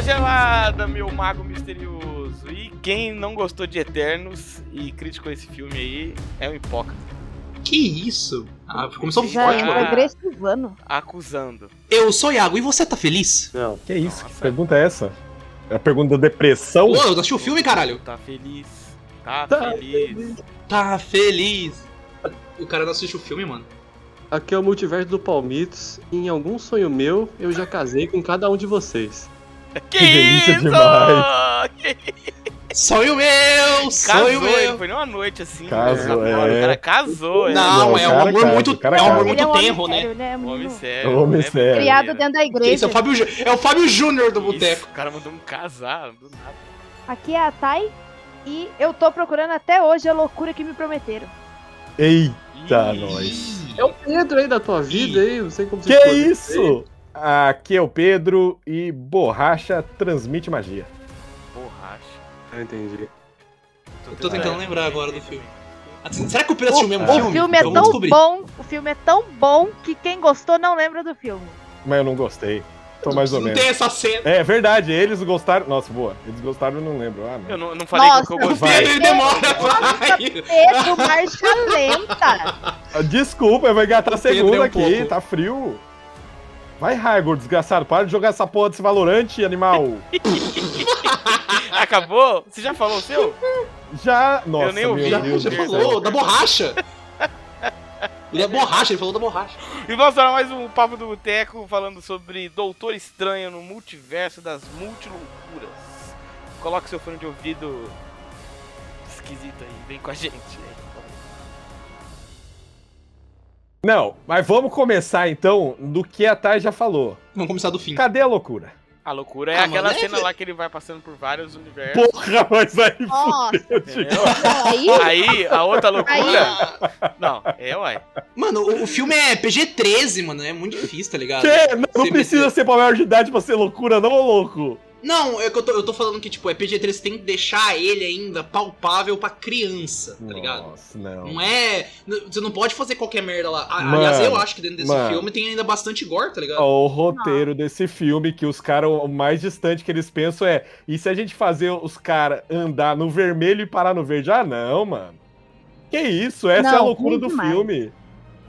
Obrigado, meu mago misterioso. E quem não gostou de Eternos e criticou esse filme aí é um hipócrita. Que isso? Ah, começou Já forte, era. mano. é agressivando. Acusando. Eu sou Iago, e você tá feliz? Não. Que isso? Nossa. Que pergunta é essa? É a pergunta da depressão? Pô, eu assisti o filme, caralho. Tá feliz. Tá, Tá feliz. Tá feliz. O cara não assiste o filme, mano. Aqui é o multiverso do Palmitos. E em algum sonho meu, eu já casei com cada um de vocês. Que, delícia isso? demais. Que Sonho meu! casou, Sonho ele meu! foi numa noite assim. Casou, né? O é. cara casou, Não, Não, é um cara, amor cara, muito. cara, é um cara. amor Ele muito é um tenro, homem né? sério, um ele é muito- Homem sério. Homem né, sério. brincadeira. Criado dentro da Esse é igreja. o Fábio, Ju- é o Fábio Júnior do Isso, boteco. O cara mandou um casar do nada. Aqui é a Thay e eu tô procurando até hoje a loucura que me prometeram. Eita, Ih, Tá, nós. Ih, É o Pedro aí da tua vida aí, não sei como você Que escolheu. isso? Aqui é o Pedro e borracha transmite magia. Borracha. Ah, entendi. Eu tô tentando lembrar agora do filme. Ah, Será que o Pedro assistiu o mesmo O O filme? filme é Vamos tão descobrir. bom, o filme é tão bom que quem gostou não lembra do filme. Mas eu não gostei. Tô mais ou Não menos. tem essa cena. É verdade, eles gostaram. Nossa, boa. Eles gostaram, eu não lembro. Ah, Eu não. não, não falei Nossa, que eu o O gostei. Pedro ele demora pra ir. Pedro, marcha lenta. Desculpa, vai engatar O Pedro segunda é um aqui. pouco. Tá frio. Vai, Raigor, desgraçado. Para de jogar essa porra desse valorante, animal. Acabou? Você já falou o seu? Já. Nossa, nem meu ouvi. Já, Deus já do falou céu. da borracha. Ele é borracha, ele falou da borracha. E vamos para mais um Papo do Boteco falando sobre Doutor Estranho no multiverso das multiloucuras. Coloque seu fone de ouvido esquisito aí, vem com a gente. Não, mas vamos começar então do que a Thay já falou. Vamos começar do fim. Cadê a loucura? A loucura é Ah, aquela mano, é- cena lá que ele vai passando por vários universos. Porra, mas aí Nossa, é fudeu. entendeu? não, aí Aí, a outra loucura. Ah, Não, é uai. Mano, o, o filme é PG-13, mano. É muito difícil, tá ligado? Que? Não, não Você precisa me- ser pra maior de idade pra ser loucura, não, ô louco. Não, é que eu tô, eu tô falando que, tipo, é PG-13, você tem que deixar ele ainda palpável pra criança, tá ligado? Nossa, não. Não é. n- Você não pode fazer qualquer merda lá. A- Mano, Aliás, eu acho que dentro desse mano. filme tem ainda bastante gore, tá ligado? Ó, O roteiro desse filme, que os caras, o mais distante que eles pensam é: e se a gente fazer os caras andar no vermelho e parar no verde? Ah, não, mano. Que isso? Essa é a Não, loucura ruim do demais. filme.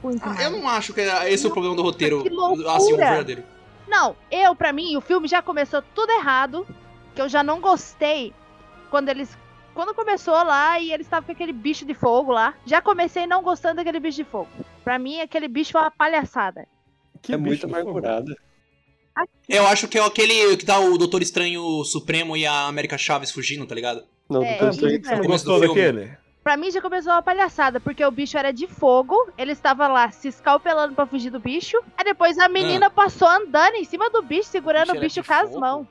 Muito Ah, mal. eu não acho que é- esse é o problema do roteiro. que loucura. Assim, o verdadeiro. Não, eu, pra mim, o filme já começou tudo errado. Que eu já não gostei quando eles. Quando começou lá e eles estavam com aquele bicho de fogo lá. Já comecei não gostando daquele bicho de fogo. Pra mim, aquele bicho foi uma palhaçada. Que é muito bicho fogo. amargurada. Eu acho que é aquele que tá o Doutor Estranho Supremo e a América Chaves fugindo, tá ligado? Não, É, não isso sei. Você mesmo. começo do Ah, gostou filme. daquele? Pra mim já começou uma palhaçada, porque o bicho era de fogo, ele estava lá se escalpelando pra fugir do bicho. Aí depois a menina passou andando em cima do bicho, Bicho segurando o era bicho de com as fogo? mãos.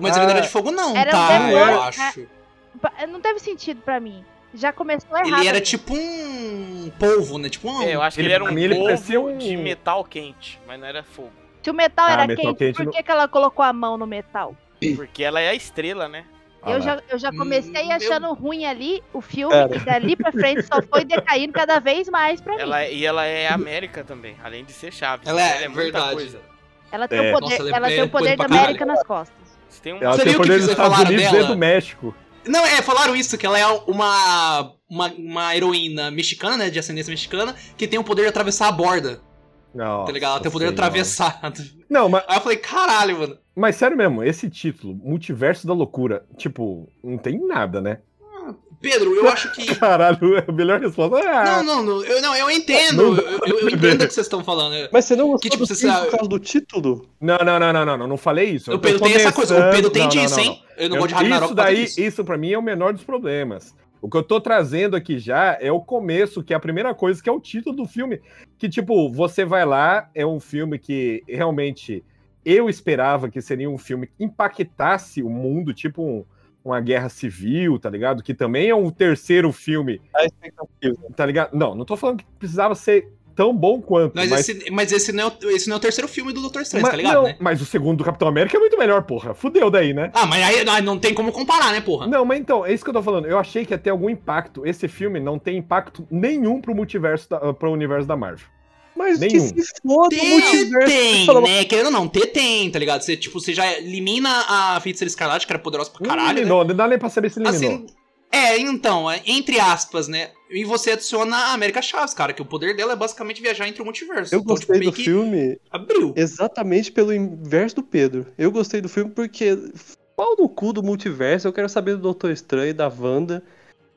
Mas ele Ah, não era de fogo, não, era um tá? demônio, eu né? acho. Pa- Não teve sentido pra mim. Já começou errado. Ele era ali. tipo um polvo, né? Tipo um. É, eu acho que Ele- ele era um pra mim, ele polvo parecia um- de metal quente, mas não era fogo. Se o metal Ah, era metal quente, quente por não- que, que ela colocou a mão no metal? Porque ela é a estrela, né? Ah eu, lá. já, eu já comecei Hum, achando ruim ali o filme, Cara. e dali pra frente só foi decaindo cada vez mais pra mim. Ela, e ela é América também, além de ser Chaves. Ela é, muita verdade. Ela tem É. o poder, Nossa, ela é- ela tem é o poder coisa da pra América nas costas. Você tem um Ela Você tem viu o que poder dos vocês Estados falaram Unidos é e dela? do México. Não, é, falaram isso, que ela é uma, uma, uma heroína mexicana, né? De ascendência mexicana, que tem o poder de atravessar a borda, Não. tá ligado? Ela tem o poder de atravessar. Aí Não, mas, eu falei, caralho, mano. mas sério mesmo, esse título, Multiverso da Loucura, tipo, não tem nada, né? Pedro, eu acho que. Caralho, a melhor resposta é. Não, Ah, não, não, eu, não, eu entendo. Eu, eu- eu entendo o que vocês estão falando. né? Mas você não gostou Que, tipo, do você filme sabe- por causa do título? não, não, não, não, não, não, não falei isso. O Eu tô Pedro tem essa coisa. O Pedro tem começando- disso, não, não, hein? Eu não Eu- gosto de Ragnarok isso por causa daí, disso. isso pra mim é o menor dos problemas. O que eu tô trazendo aqui já é o começo, que é a primeira coisa, que é o título do filme. Que, tipo, você vai lá, é um filme que realmente eu esperava que seria um filme que impactasse o mundo, tipo um- uma guerra civil, tá ligado? Que também é um terceiro filme, A expectativa. tá ligado? Não, não tô falando que precisava ser tão bom quanto, Mas, mas... esse, mas esse, não é o, esse não é o terceiro filme do Doutor Estranho, mas- tá ligado, não, né? mas o segundo do Capitão América é muito melhor, porra. Fudeu daí, né? Ah, mas aí não- não tem como comparar, né, porra? Não, mas então, é isso que eu tô falando. Eu achei que ia ter algum impacto. Esse filme não tem impacto nenhum pro multiverso, da, pro uh, universo da Marvel. Mas Nenhum. que se foda o Ter multiverso. tem, Falou- né? Querendo ou não, ter tem, tá ligado? Você, tipo, você já elimina a feiticeira escarlate, que era poderosa pra Caralho, caralho. né? eliminou, Hum, não dá nem pra saber se eliminou. Assim, é, então, é, entre aspas, né? E você adiciona a América Chaves, cara, que o poder dela é basicamente viajar entre o multiverso. Eu Então, tipo, gostei meio do que filme Abriu. exatamente pelo inverso do Pedro. Eu gostei do filme porque. Pau no cu do multiverso, eu quero saber do Doutor Estranho, da Wanda.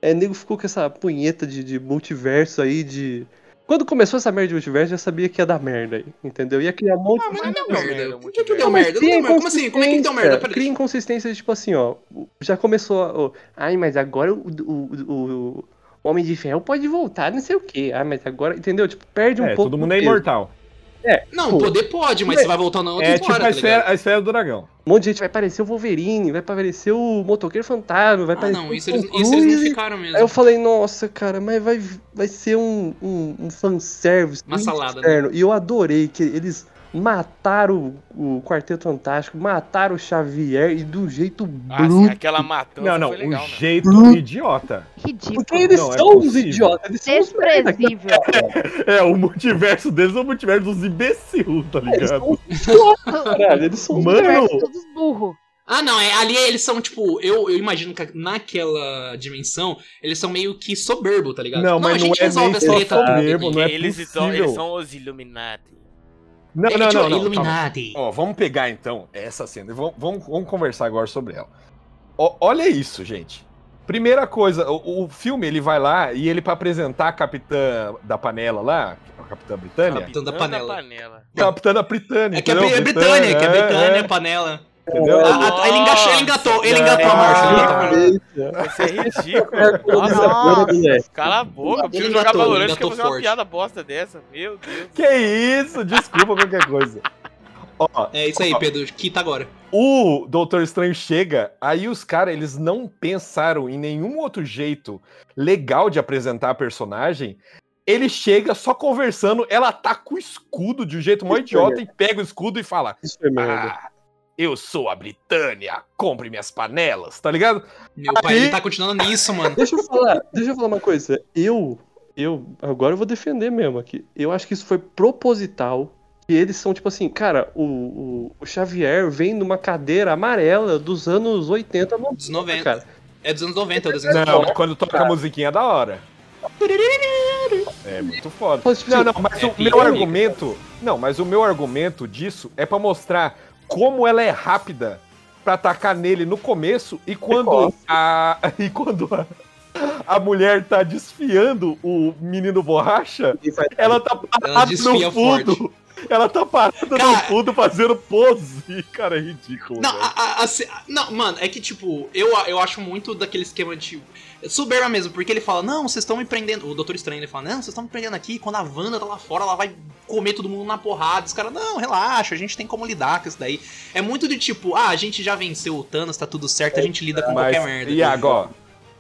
É, nego ficou com essa punheta de, de multiverso aí, de. Quando começou essa merda de multiverso, eu já sabia que ia dar merda aí, entendeu? Ia criar um monte Ah, mas não deu Não, merda. merda, Por que que deu multiverso. merda? Não cria deu merda. Como assim? Como é que deu merda? inconsistência, Cria Peraí. inconsistência de tipo assim, ó. Já começou. a- ó, Ai, mas agora o, o- o- o Homem de Ferro pode voltar, não sei o quê. Ah, mas agora. Entendeu? Tipo, perde um É, pouco. todo do mundo é peso. imortal. Não, poder pode, mas você vai voltar na outra É tipo história, a tá ligado? esfera, a esfera do dragão. Um monte de gente vai parecer o Wolverine, vai parecer o Motoqueiro Fantasma, vai Ah, parecer. não, o isso eles, Tom isso eles não Cruise. ficaram mesmo. Aí eu falei, nossa, cara, mas vai, vai ser um, um, um fanservice. Uma do salada, inferno. E eu adorei que eles mataram o, o Quarteto Fantástico, mataram o Xavier e do jeito Ah, bruto. sim, aquela matança Não, não, foi legal, um né? jeito Hum. idiota. Ridículo. Porque eles Não, é são os possível. idiotas, eles são os merda, cara. Desprezível. É, o multiverso deles é o multiverso dos imbecil, tá Eles são ligado? os idiotas, caralho. Eles são os Mano, merda. Universo todos burro. Ah, não, é, ali eles são, tipo, eu, eu imagino que naquela dimensão, eles são meio que soberbo, tá ligado? Não, mas não é nem só soberbo, não é eles, possível. são, eles são os Illuminati. Não, É, não, tipo, não, não, calma. Illuminati. Ó, vamos pegar então essa cena e vamos, vamos- vamos conversar agora sobre ela. Ó, olha isso, gente. Primeira coisa, o, o filme ele vai lá e ele para apresentar a capitã da panela lá, a capitã Britânia, Capitã da Capitã panela. capitã da Britânia, É que é entendeu? Britânia, Britânia, que é Britânia, é, panela. entendeu? Ah, ah, ah, ele engatou, ele engatou, ele engatou a Nossa, marcha. cara. ele Exatamente. Isso é ridículo. Nossa, Nossa, agora, é moleque. cala a boca, eu prefiro Ele jogar engatou, Valorant ele do que fazer uma engatou piada bosta dessa. Meu Deus. Que isso? Desculpa qualquer coisa. Ó, engatou. É isso aí, Pedro, quita agora. o Doutor Estranho chega, aí os caras, eles não pensaram em nenhum outro jeito legal de apresentar a personagem. Ele chega só conversando, ela ataca o escudo de um jeito mó idiota e pega o escudo e fala: Isso é merda. Ah, eu sou a Britânia, compre minhas panelas, tá ligado? Meu pai, Aí- ele tá continuando nisso, mano. Deixa eu falar, deixa eu falar uma coisa. Eu, eu, agora eu vou defender mesmo aqui. Eu acho que isso foi proposital. E eles são tipo assim, cara, o, o, o Xavier vem numa cadeira amarela dos anos 80, não, Dos 90. cara. É dos anos 90, é dos anos Não, 90. mas quando toca a musiquinha é da hora. É muito foda. Mas, tipo, Não, assim, não, mas É o pica, meu é argumento. Não, mas o meu argumento disso é pra mostrar como ela é rápida pra atacar nele no começo e quando Precoce. a. E quando a, a mulher tá desfiando o menino borracha, ninguém faz- ela tá Ela parada desfia no fundo. Ela tá parada no Cara- fundo fazendo pose. Cara, é ridículo. Não, velho. a- a- a ce- a- não, mano, é que tipo, eu, eu acho muito daquele esquema de. é Soberba mesmo, porque ele fala, não, vocês estão me prendendo. O Doutor Estranho ele fala, não, vocês estão me prendendo aqui, quando a Wanda tá lá fora, ela vai comer todo mundo na porrada. Os caras, não, relaxa, a gente tem como lidar com isso daí. É muito de tipo, ah, a gente já venceu o Thanos, tá tudo certo, a gente lida com Mas, qualquer merda. tá Iago, ó,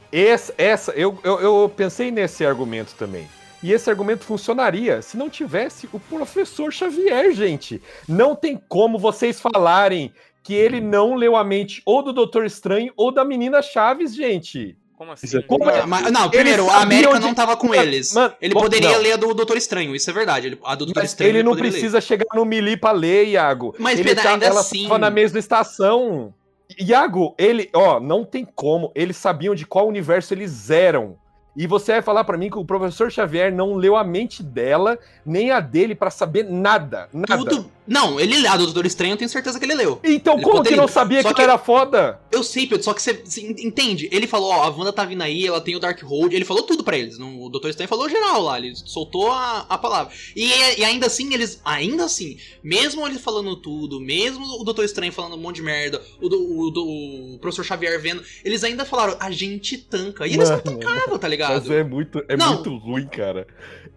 esse- essa, eu, eu, eu pensei nesse argumento também. E esse argumento funcionaria se não tivesse o professor Xavier, gente. Não tem como vocês falarem que ele não leu a mente ou do Doutor Estranho ou da menina Chaves, gente. Como assim? Isso é Como Mas- mas- não, primeiro, a sabia América onde- não tava com eles. Mano, ele bom, poderia não. ler a do Doutor Estranho, isso é verdade. ele- A do Doutor Mas Estranho ele não poderia ler. precisa chegar no Melee pra ler, Iago. Mas, ele tá- Pedro, ainda ela assim- tava na mesma estação. Iago, ele, ó, não tem como. Eles sabiam de qual universo eles eram. E você vai falar pra mim que o professor Xavier não leu a mente dela, nem a dele, pra saber nada. Nada. Tudo. Não, ele a do Doutor Estranho, eu tenho certeza que ele leu. Então, Ele como que poderia. não sabia Só que, que- ela era foda? Eu sei, Pedro, só que você você en- entende. Ele falou, ó, a Wanda tá vindo aí, ela tem o Dark Hold, ele falou tudo pra eles. não- O Dr. Stan falou geral lá, ele soltou a, a palavra. E, e ainda assim, eles. Ainda assim, mesmo ele falando tudo, mesmo o Doutor Estranho falando um monte de merda, o, do- o do- o professor Xavier vendo, eles ainda falaram, a gente tanca. E eles não Mano, tancavam, tá Mas ligado? é muito, é Não. muito ruim, cara.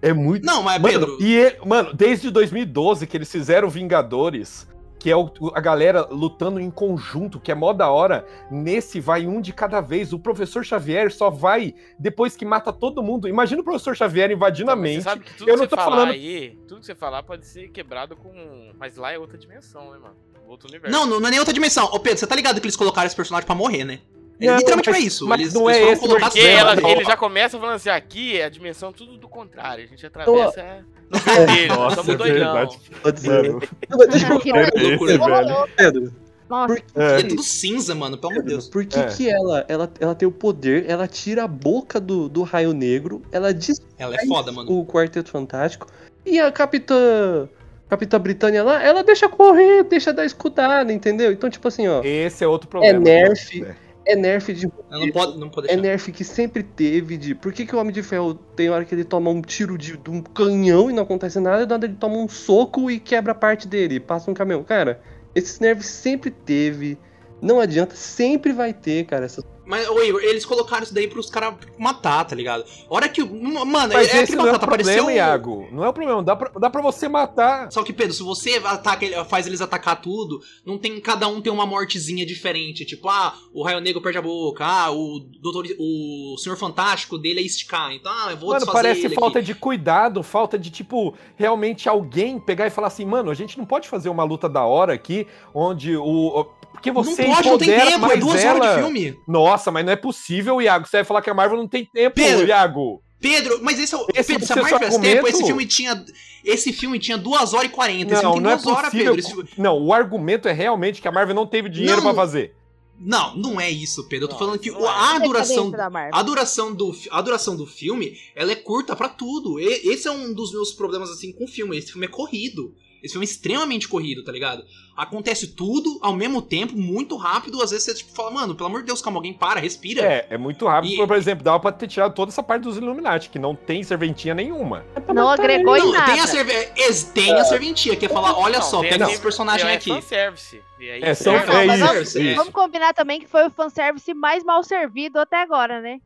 É muito Não, mas Mano, Pedro. e ele- mano, desde 2012 que eles fizeram Vingadores, que é o- a galera lutando em conjunto, que é mó da hora. Nesse vai um de cada vez. O professor Xavier só vai depois que mata todo mundo. Imagina o professor Xavier invadindo a Mas mente. Você sabe que tudo Eu que não você tô falar falando- aí, tudo que você falar pode ser quebrado com. Mas lá é outra dimensão, né, mano? Outro universo. é Não, não, não é nem outra dimensão. Ô, Pedro, você tá ligado que eles colocaram esse personagem pra morrer, né? É Não, literalmente mas- pra isso. mas eles não eles é foram esse colocados Porque Mas nela. ela, não. ele já começa falando assim, aqui é a dimensão tudo do contrário, a gente atravessa é no vermelho, nós Nossa, somos é doidão. verdade. Pode ser. tá Mano, Não, mas deixa eu Que perguntar, é loucura, esse, horror- velho. Pedro. Nossa, E É. é tudo cinza, mano, pelo amor de Deus. Por que, É. que ela, ela, ela tem o poder, ela tira a boca do, do raio negro, ela destrói Ela é foda, mano. o Quarteto Fantástico e a Capitã. Capitã Britânia lá, ela deixa correr, deixa dar escudada, entendeu? Então, tipo assim, ó. Esse é outro É problema. nerf, É. é nerf de Ela não pode, não pode É deixar. nerf que sempre teve de. Por que, que o Homem de Ferro tem hora que ele toma um tiro de, de um canhão e não acontece nada, e do nada ele toma um soco e quebra parte dele, passa um caminhão. Cara, esses nerfs sempre teve. Não adianta, sempre vai ter, cara. Essas... Mas, ô Igor, eles colocaram isso daí pros caras matar, tá ligado? A Hora que. o- Mano, Mas é esse aquele não é o batata, problema, apareceu. Iago. Não é o problema. Dá pra, dá pra você matar. Só que, Pedro, se você ataca, ele- faz eles atacar tudo, não tem. Cada um tem uma mortezinha diferente. Tipo, ah, o Raio Negro perde a boca, ah, o Doutor. O Senhor Fantástico dele é esticar. Então, ah, eu vou Mano, desfazer parece ele falta aqui. de cuidado, falta de, tipo, realmente alguém pegar e falar assim, mano, a gente não pode fazer uma luta da hora aqui, onde o... o- Porque você não pode, não tem empodera tempo, é mais duas horas de ela. filme. Nossa, mas não é possível, Iago. Você vai falar que a Marvel não tem tempo, Pedro, Iago. Pedro, mas esse é o. Esse é Pedro, o se a seu Marvel tivesse tempo, argumento? esse filme tinha. Esse filme tinha 2 horas e 40. Esse Não, filme não é tem 2 horas, Pedro. possível. Esse filme- Não, o argumento é realmente que a Marvel não teve dinheiro Não. pra fazer. Não, não é isso, Pedro. Eu tô Não, falando que não o- é. a duração. decadência da Marvel. A duração, do, fi- a duração do filme, ela é curta pra tudo. E- esse é um dos meus problemas, assim, com o filme. Esse filme é corrido. Esse filme é extremamente corrido, tá ligado? Acontece tudo ao mesmo tempo, muito rápido. Às vezes você, tipo, fala, mano, pelo amor de Deus, calma, alguém para, respira. É, é muito rápido. E- Por exemplo, dava pra ter tirado toda essa parte dos Illuminati, que não tem serventia nenhuma. Não agregou em Não, tem, a nada. serve... ex- tem a serventia, que é falar, olha Não, só, tem- pega não, esses personagens é aqui. fanservice. E aí, É, são- Não, não, é mas isso, vamos- isso. Vamos combinar também que foi o fanservice mais mal servido até agora, né?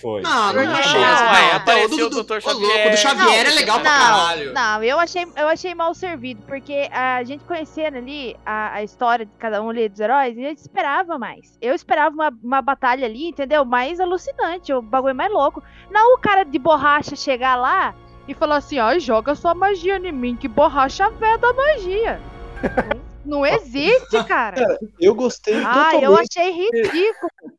Foi. Não, não, Não, achei. não, essa- é, não, apareceu do- do- o Dr. Ô, louco, Xavier. do Xavier é Não, legal pra não, caralho. Não, eu achei, eu achei mal servido, porque a gente conhecendo ali a, a história de cada um ali dos heróis, a gente esperava mais. Eu esperava uma, uma batalha ali, entendeu? Mais alucinante, o bagulho mais louco. Não o cara de borracha chegar lá e falar assim, ó, joga sua magia em mim, que borracha véia da magia. não, não existe, cara. Eu gostei Ah, eu totalmente. achei ridículo.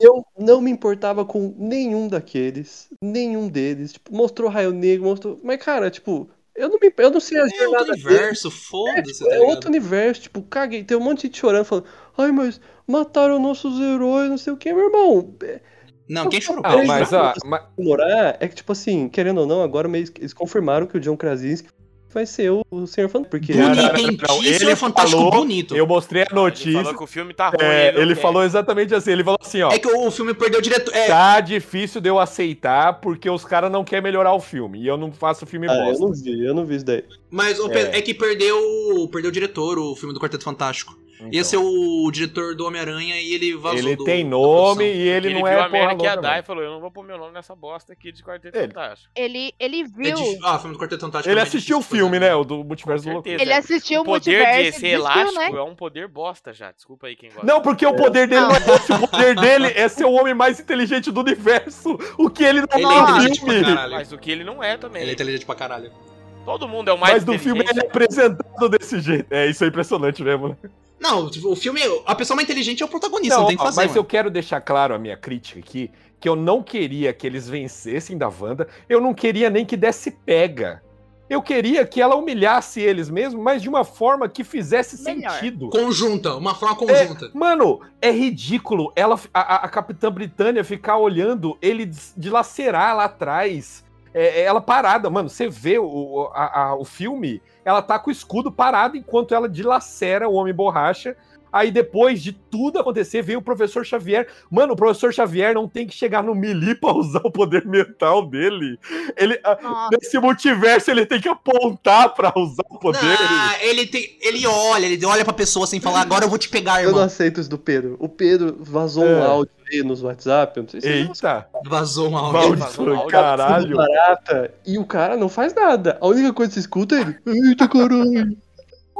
Eu não me importava com nenhum daqueles. Nenhum deles. Tipo, mostrou raio negro, mostrou. Mas, cara, tipo, eu não, me... eu não sei a É outro jornada dele. universo, foda-se, tá É ligado? outro universo, tipo, caguei. Tem um monte de gente chorando, falando, ai, mas mataram nossos heróis, não sei o que, meu irmão. é, Não, quem chorou? Ah, mas, ó, mas- Comemorar é que, tipo assim, querendo ou não, agora meio que eles confirmaram que o John Krasinski vai ser o, o Senhor Fantástico. Porque Não, não, não, não, Bonitinho, ele é fantástico um falou, bonito. eu mostrei a Ele notícia. falou que o filme tá ruim. é, não ele quer. falou exatamente assim. Ele falou assim, ó. É que o o filme perdeu o diretor. É, Tá difícil de eu aceitar porque os caras não querem melhorar o filme. E eu não faço filme Ah, eu bosta. não vi, eu não vi isso daí. mas ô, Pedro, é. que perdeu, perdeu o diretor, o filme do Quarteto Fantástico. Então, Ia ser o diretor do Homem-Aranha e ele vazou. Então. Ele é do- tem da nome produção. e ele, Ele não viu é a merda que ia louca, dar e velho. falou, eu não vou pôr meu nome nessa bosta aqui de Quarteto Ele- Fantástico. Ele, ele É viu, difícil- Ah, o filme do Quarteto Fantástico. Ele é mais assistiu o difícil filme, fazer. né? O do Multiverso do Com Louco. certeza. ele assistiu O é o poder de um multiverso ser e desistiu, elástico né? é um poder bosta já. Desculpa aí quem gosta. Não, porque o poder dele não é esse. O poder dele é ser o homem mais inteligente do universo. O que ele não Ele é é no inteligente pra filme. caralho. Mas o que ele não é também. Ele é inteligente pra caralho. Todo mundo é o mais Mas no filme ele é inteligente. apresentado desse jeito. É, isso é impressionante mesmo. né? Não, o filme. A pessoa mais inteligente é o protagonista, não, tem que ó, fazer. mas eu mano. quero deixar claro a minha crítica aqui, que eu não queria que eles vencessem da Wanda, eu não queria nem que desse pega. Eu queria que ela humilhasse eles mesmo, mas de uma forma que fizesse Melhor. sentido. Conjunta, uma forma É, conjunta. Mano, é ridículo ela, a, a- a Capitã Britânia ficar olhando ele des- dilacerar lá atrás. É, é ela parada, mano. Você vê o, o- a- a- o filme, ela tá com o escudo parado enquanto ela dilacera o Homem Borracha. Aí depois de tudo acontecer, vem o professor Xavier. Mano, o professor Xavier não tem que chegar no melee pra usar o poder mental dele. Ele, a- Nossa. nesse multiverso, ele tem que apontar pra usar o poder. Ah, ele tem. Ele olha, ele olha pra pessoa sem falar, agora eu vou te pegar, Eu não irmão. aceito isso do Pedro. O Pedro vazou É. um áudio aí nos WhatsApp, eu não sei se você Eita, Vazou uma hora. maldição, caralho. barata, e o cara não faz nada. A única coisa que você escuta é ele. Eita, caralho.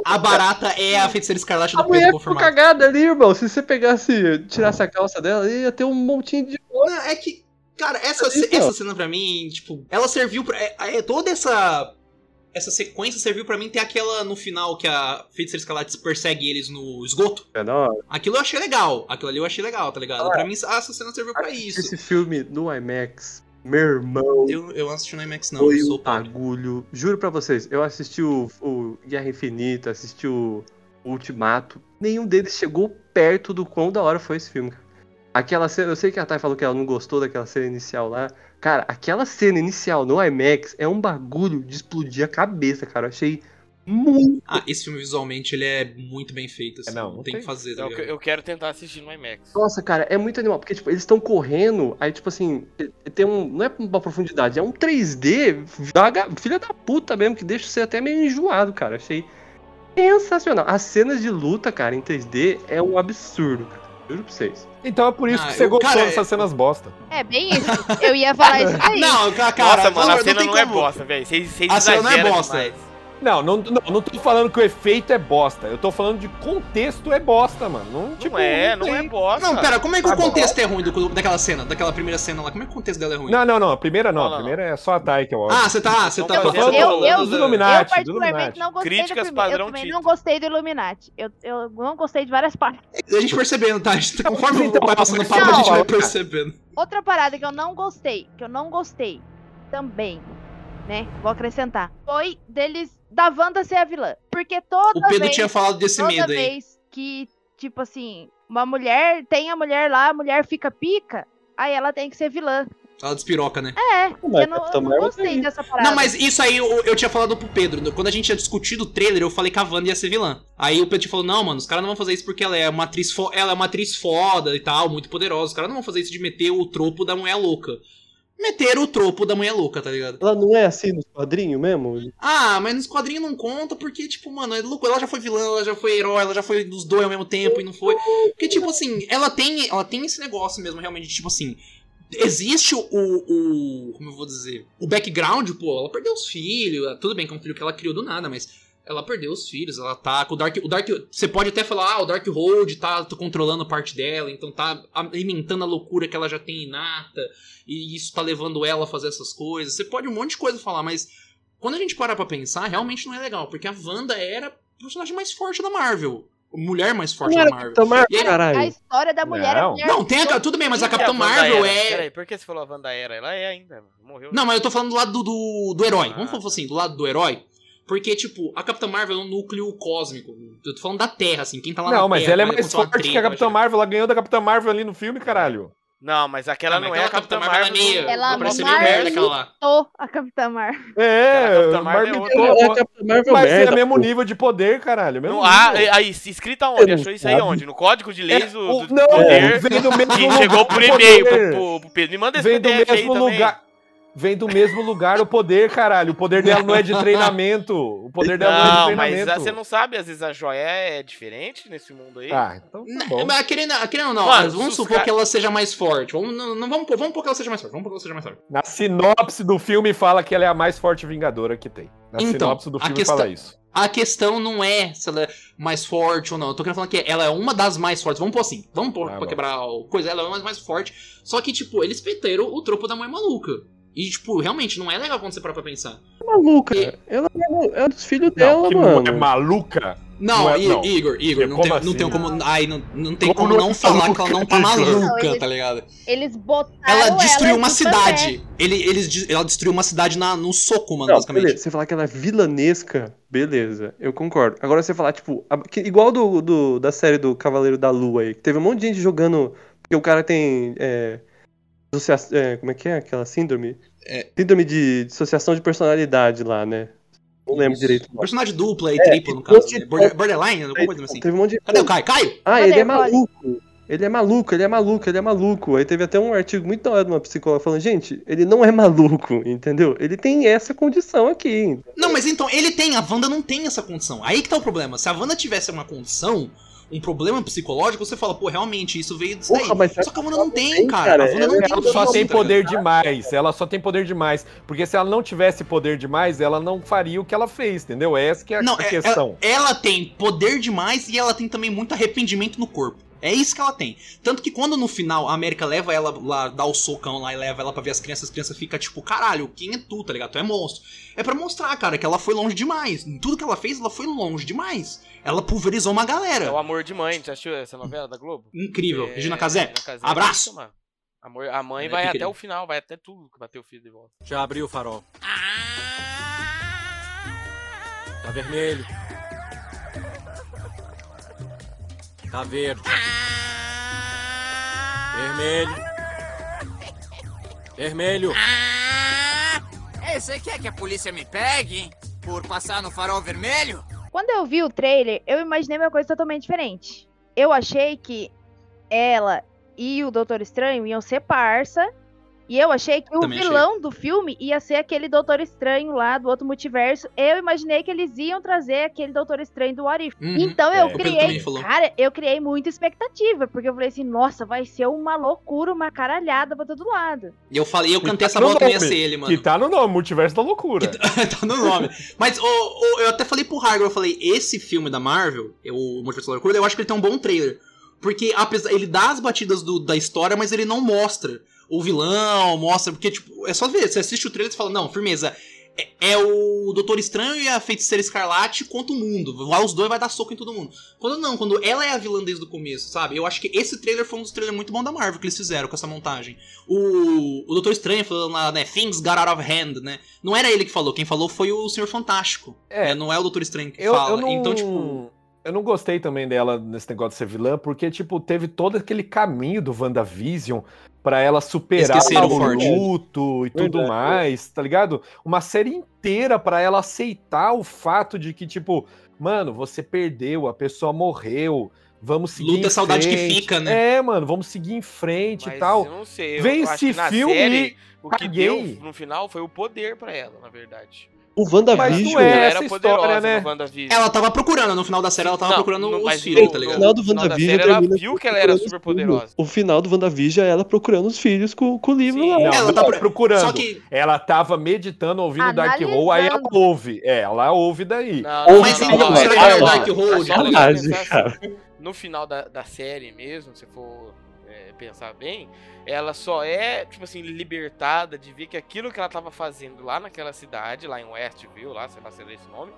A barata é a feiticeira escarlate A do Pedro mulher ficou confirmado. cagada ali, irmão. Se você pegasse, tirasse a calça dela, ia ter um montinho de Não, é que, cara, essa, Então. essa cena pra mim, tipo, ela serviu pra. É, é toda essa essa sequência serviu pra mim ter aquela no final que a Feiticeira Escarlate persegue eles no esgoto. É da hora. Aquilo eu achei legal. Aquilo ali eu achei legal, tá ligado? Pra mim, essa cena serviu pra isso. Esse filme no IMAX, meu irmão, Eu, eu não assisti no IMAX, não. foi eu sou um pago. bagulho. Juro pra vocês, eu assisti o, o Guerra Infinita, assisti o Ultimato. Nenhum deles chegou perto do quão da hora foi esse filme, cara. Aquela cena, eu sei que a Thay falou que ela não gostou daquela cena inicial lá. Cara, aquela cena inicial no IMAX é um bagulho de explodir a cabeça, cara. Eu achei muito. Ah, esse filme visualmente ele é muito bem feito, assim. É, não, não, não tem o tem- que fazer, tá Eu, ligado? eu quero tentar assistir no IMAX. Nossa, cara, é muito animal. Porque, tipo, eles estão correndo, aí, tipo assim, tem um. Não é uma profundidade, é um 3D, vaga, filha da puta mesmo, que deixa você até meio enjoado, cara. Achei sensacional. As cenas de luta, cara, em 3D é um absurdo, cara. Juro pra vocês. Então é por isso Ah, que você eu- gostou cara, dessas cenas bosta. É bem isso. Eu ia falar isso daí. Não, ca- cara, Nossa, mano, a não cena tem não é como. bosta, velho. Vocês vocês A cena não é exageram bosta. demais. Não, não, não, não tô falando que o efeito é bosta. Eu tô falando de contexto é bosta, mano. Tipo, Não Não, é, não tem. é bosta. Não, pera, como é que o Tá bom. contexto é ruim do- daquela cena, daquela primeira cena lá? Como é que o contexto dela é ruim? Não, não, não. A primeira não. Não, não, A primeira é só a Thay que eu acho. Ah, você tá, você Não, tá eu- eu- fazendo... eu- eu- Os Illuminati, eu particularmente Illuminati. não gostei Críticas do primeiro. Eu padrão também Tito. não gostei do Illuminati. Eu, eu não gostei de várias partes. A gente percebendo, tá? A gente, conforme o vai passando o papo, a Não. gente vai percebendo. Outra parada que eu não gostei, que eu não gostei também, né? Vou acrescentar. Foi deles da Wanda ser a vilã. Porque toda O Pedro vez, tinha falado desse toda medo aí. vez que, tipo assim, uma mulher tem a mulher lá, a mulher fica pica, aí ela tem que ser vilã. Fala despiroca, né? É, Mas eu não, eu Capitão não Marvel gostei tem. dessa parada. Não, mas isso aí eu, eu tinha falado pro Pedro. né? Quando a gente tinha discutido o trailer, eu falei que a Wanda ia ser vilã. Aí o Pedro falou: não, mano, os caras não vão fazer isso porque ela é uma atriz fo- ela é uma atriz foda e tal, muito poderosa. Os caras não vão fazer isso de meter o tropo da mulher louca. Meteram o tropo da mulher louca, tá ligado? Ela não é assim nos quadrinhos mesmo? Ah, mas nos quadrinhos não conta porque, tipo, mano, é louco. Ela já foi vilã, ela já foi herói, ela já foi dos dois ao mesmo tempo e não foi. Porque, tipo assim, ela tem, ela tem esse negócio mesmo, realmente, de, tipo assim. Existe o, o. Como eu vou dizer? O background, pô, ela perdeu os filhos. Tudo bem que é um filho que ela criou do nada, mas ela perdeu os filhos, ela tá com o Dark. O Dark você pode até falar, ah, o Dark Hold tá controlando parte dela, então tá alimentando a loucura que ela já tem inata, e isso tá levando ela a fazer essas coisas. Você pode um monte de coisa falar, mas quando a gente para pra pensar, realmente não é legal, porque a Wanda era a personagem mais forte da Marvel. Mulher mais forte Não da era Marvel. Capitão Marvel, E aí- A caralho. história da mulher é a Não. mulher. Não, tem a, tudo bem, mas a Quem que é Capitã Wanda Marvel Era? é. Peraí, por que você falou a Wanda Era? Ela é ainda, mano. Morreu. Não, mas eu tô falando do lado do, do, do herói. Vamos Ah, falar tá. assim, do lado do herói. Porque, tipo, a Capitã Marvel é um núcleo cósmico. Eu tô falando da Terra, assim, quem tá lá na Não, mas Terra, ela é quando mais aconteceu uma forte que treta, a Capitã vai chegar- Marvel. Ela ganhou da Capitã Marvel ali no filme, caralho. Não, mas aquela né? Ah, mas não é a Capitã, Marvel. é meio. do- Ela Ela parece meio Marvel- é merda aquela lá. Tô a Capitã Marvel. É, Aquela Capitã o Marvel é Marvel outra. Marvel- Ela é Capitão Marvel Mas é merda, mesmo pô. nível de poder, caralho. Mesmo Não, ah, nível. aí, escrita onde? Eu não Achou isso aí sabe. onde? No código de leis É, do, o- do não, poder vem do mesmo que lugar chegou do por e-mail pro, poder. pro- pro Pedro. Me manda esse Vem do PDF aí mesmo também. lugar. Vem do mesmo lugar o poder, caralho. O poder dela não é de treinamento. O poder dela não, é de Não, mas treinamento. ah, você não sabe, às vezes a joia é diferente nesse mundo aí. Ah, então tá bom. Não, Mas querendo, querendo ou não, Mano, vamos os supor ca- que ela seja mais forte. Vamos, não, não, vamos, pôr- vamos pôr que ela seja mais forte. Vamos pôr que ela seja mais forte. Na sinopse do filme fala que ela é a mais forte vingadora que tem. Na Então, sinopse do a filme questão- fala isso. A questão não é se ela é mais forte ou não. Eu tô querendo falar que ela é uma das mais fortes. Vamos pôr assim. Vamos pôr Ah, pra bom. quebrar o coisa. Ela é uma das mais fortes. Só que, tipo, eles peteram o tropo da mãe maluca. E, tipo, realmente não é legal quando você para pra pensar. maluca. Ela é, é dos filhos Não, dela, que mano. mulher maluca. Não, Não é- I- não. Igor, Igor, não Como tem, não assim? tem como. Ai, não, não tem Como como, não é não falar que maluca, ela não tá Igor? maluca, Ah. Não, ele- tá ligado? Eles é botaram Ela destruiu uma no café. cidade. Ele, eles, de- ela destruiu uma cidade na, no soco, mano, Não, basicamente. beleza, Você falar que ela é vilanesca, beleza, eu concordo. Agora você falar, tipo, a- que- igual do, do- da série do Cavaleiro da Lua aí, que teve um monte de gente jogando. Porque o cara tem. é, dissocia- é, como é que é aquela síndrome? É. Síndrome de dissociação de personalidade lá, né? Não lembro direito. o nome. Personagem dupla e É, tripla, no caso. né? Border- Borderline, alguma coisa assim. Teve um monte de. Cadê o Caio? Caio! Ah, Cadê ele é o Cole? maluco. Ele é maluco, ele é maluco, ele é maluco. Aí teve até um artigo muito da hora de uma psicóloga falando, gente, ele não é maluco, entendeu? Ele tem essa condição aqui. Não, mas então, ele tem, a Wanda não tem essa condição. Aí que tá o problema. Se a Wanda tivesse uma condição, um problema psicológico, você fala, pô, realmente, isso veio disso Porra, daí. mas Só que a Wanda não tem, tem, cara. A cara. Wanda É, não Ela tem. Ela isso, só tem tá poder demais. Ela só tem poder demais. Porque se ela não tivesse poder demais, ela não faria o que ela fez, entendeu? Essa que é a Não, a é- questão. ligado? Ela tem poder demais e ela tem também muito arrependimento no corpo. É isso que ela tem. Tanto que quando no final a América leva ela lá, dá o socão lá e leva ela pra ver as crianças, as crianças ficam tipo, caralho, quem é tu, tá ligado? Tu é monstro. É pra mostrar, cara, que ela foi longe demais. Em tudo que ela fez, ela foi longe demais. Ela pulverizou uma É galera. o Amor de Mãe, você assistiu essa novela da Globo? Incrível. É, Regina Casé. Regina Casé, abraço. isso, mano. Amor, a mãe É, vai que até querido. o final, vai até tudo que bater o filho de volta. Já abriu o farol. Tá vermelho. Tá verde. Vermelho. Vermelho. Ah! Ei, Você quer que a polícia me pegue por passar no farol vermelho? Quando eu vi o trailer, eu imaginei uma coisa totalmente diferente. Eu achei que ela e o Doutor Estranho iam ser parça. E eu achei que o Também achei. vilão do filme ia ser aquele Doutor Estranho lá do outro multiverso. Eu imaginei que eles iam trazer aquele Doutor Estranho do What If. Uhum. Então eu É, o Pedro criei. também falou. Cara, eu criei muita expectativa. Porque eu falei assim, nossa, vai ser uma loucura, uma caralhada pra todo lado. E eu falei, eu Que cantei tá essa no bola também ia nome. ser ele, é, mano. Que tá no nome, Multiverso da Loucura. tá no nome. Mas ô, ô, eu até falei pro Hargor, eu falei, esse filme da Marvel, eu- o Multiverso da Loucura, eu acho que ele tem um bom trailer. Porque apesar, ele dá as batidas do- da história, mas ele não mostra o vilão, mostra, porque tipo, é só ver, você assiste o trailer e você fala, não, firmeza, é, é o Doutor Estranho e a Feiticeira Escarlate contra o mundo, lá os dois vai dar soco em todo mundo. Quando não, quando ela é a vilã desde o começo, sabe? Eu acho que esse trailer foi um dos trailers muito bons da Marvel que eles fizeram com essa montagem. O, o Doutor Estranho falando lá, né, things got out of hand, né? Não era ele que falou, quem falou foi o Senhor Fantástico. É, não é o Doutor Estranho que Eu, fala. eu não, Então, tipo. Eu não gostei também dela nesse negócio de ser vilã, porque, tipo, teve todo aquele caminho do WandaVision pra ela superar Esqueceram o forte. luto e tudo Verdade. mais, tá ligado? Uma série inteira pra ela aceitar o fato de que, tipo, mano, você perdeu, a pessoa morreu, vamos seguir Luta em é saudade que frente. fica, né? É, mano, vamos seguir em frente Mas e tal. eu não sei. Eu Vem acho esse que na filme série, o que caguei. deu no final foi o poder pra ela, na verdade. O Mas WandaVision, não é ela essa era poderosa história, né? no WandaVision. Ela tava procurando, no final da série ela tava Não, procurando não, o mas filho, no- tá no o ligado? final do No final da WandaVision série, ela termina viu que ela era procurando os super filhos. poderosa. O final do WandaVision é ela procurando os filhos com, com o livro Sim. lá. Não, Ela ela tá tá pro- procurando. Só que. Ela tava meditando, ouvindo Dark Hole, aí ela Analisando. ouve. É, ela ouve daí. Não, Ou- tá Mas Não, ele não, não consegue não, ver o não, Dark não. Hold. Só tá ligado? Sacanagem, pensar cara. No final da, da série mesmo, se for é, pensar bem, ela só é, tipo assim, libertada de ver que aquilo que ela tava fazendo lá naquela cidade, lá em Westview, lá, sei lá se era esse nome,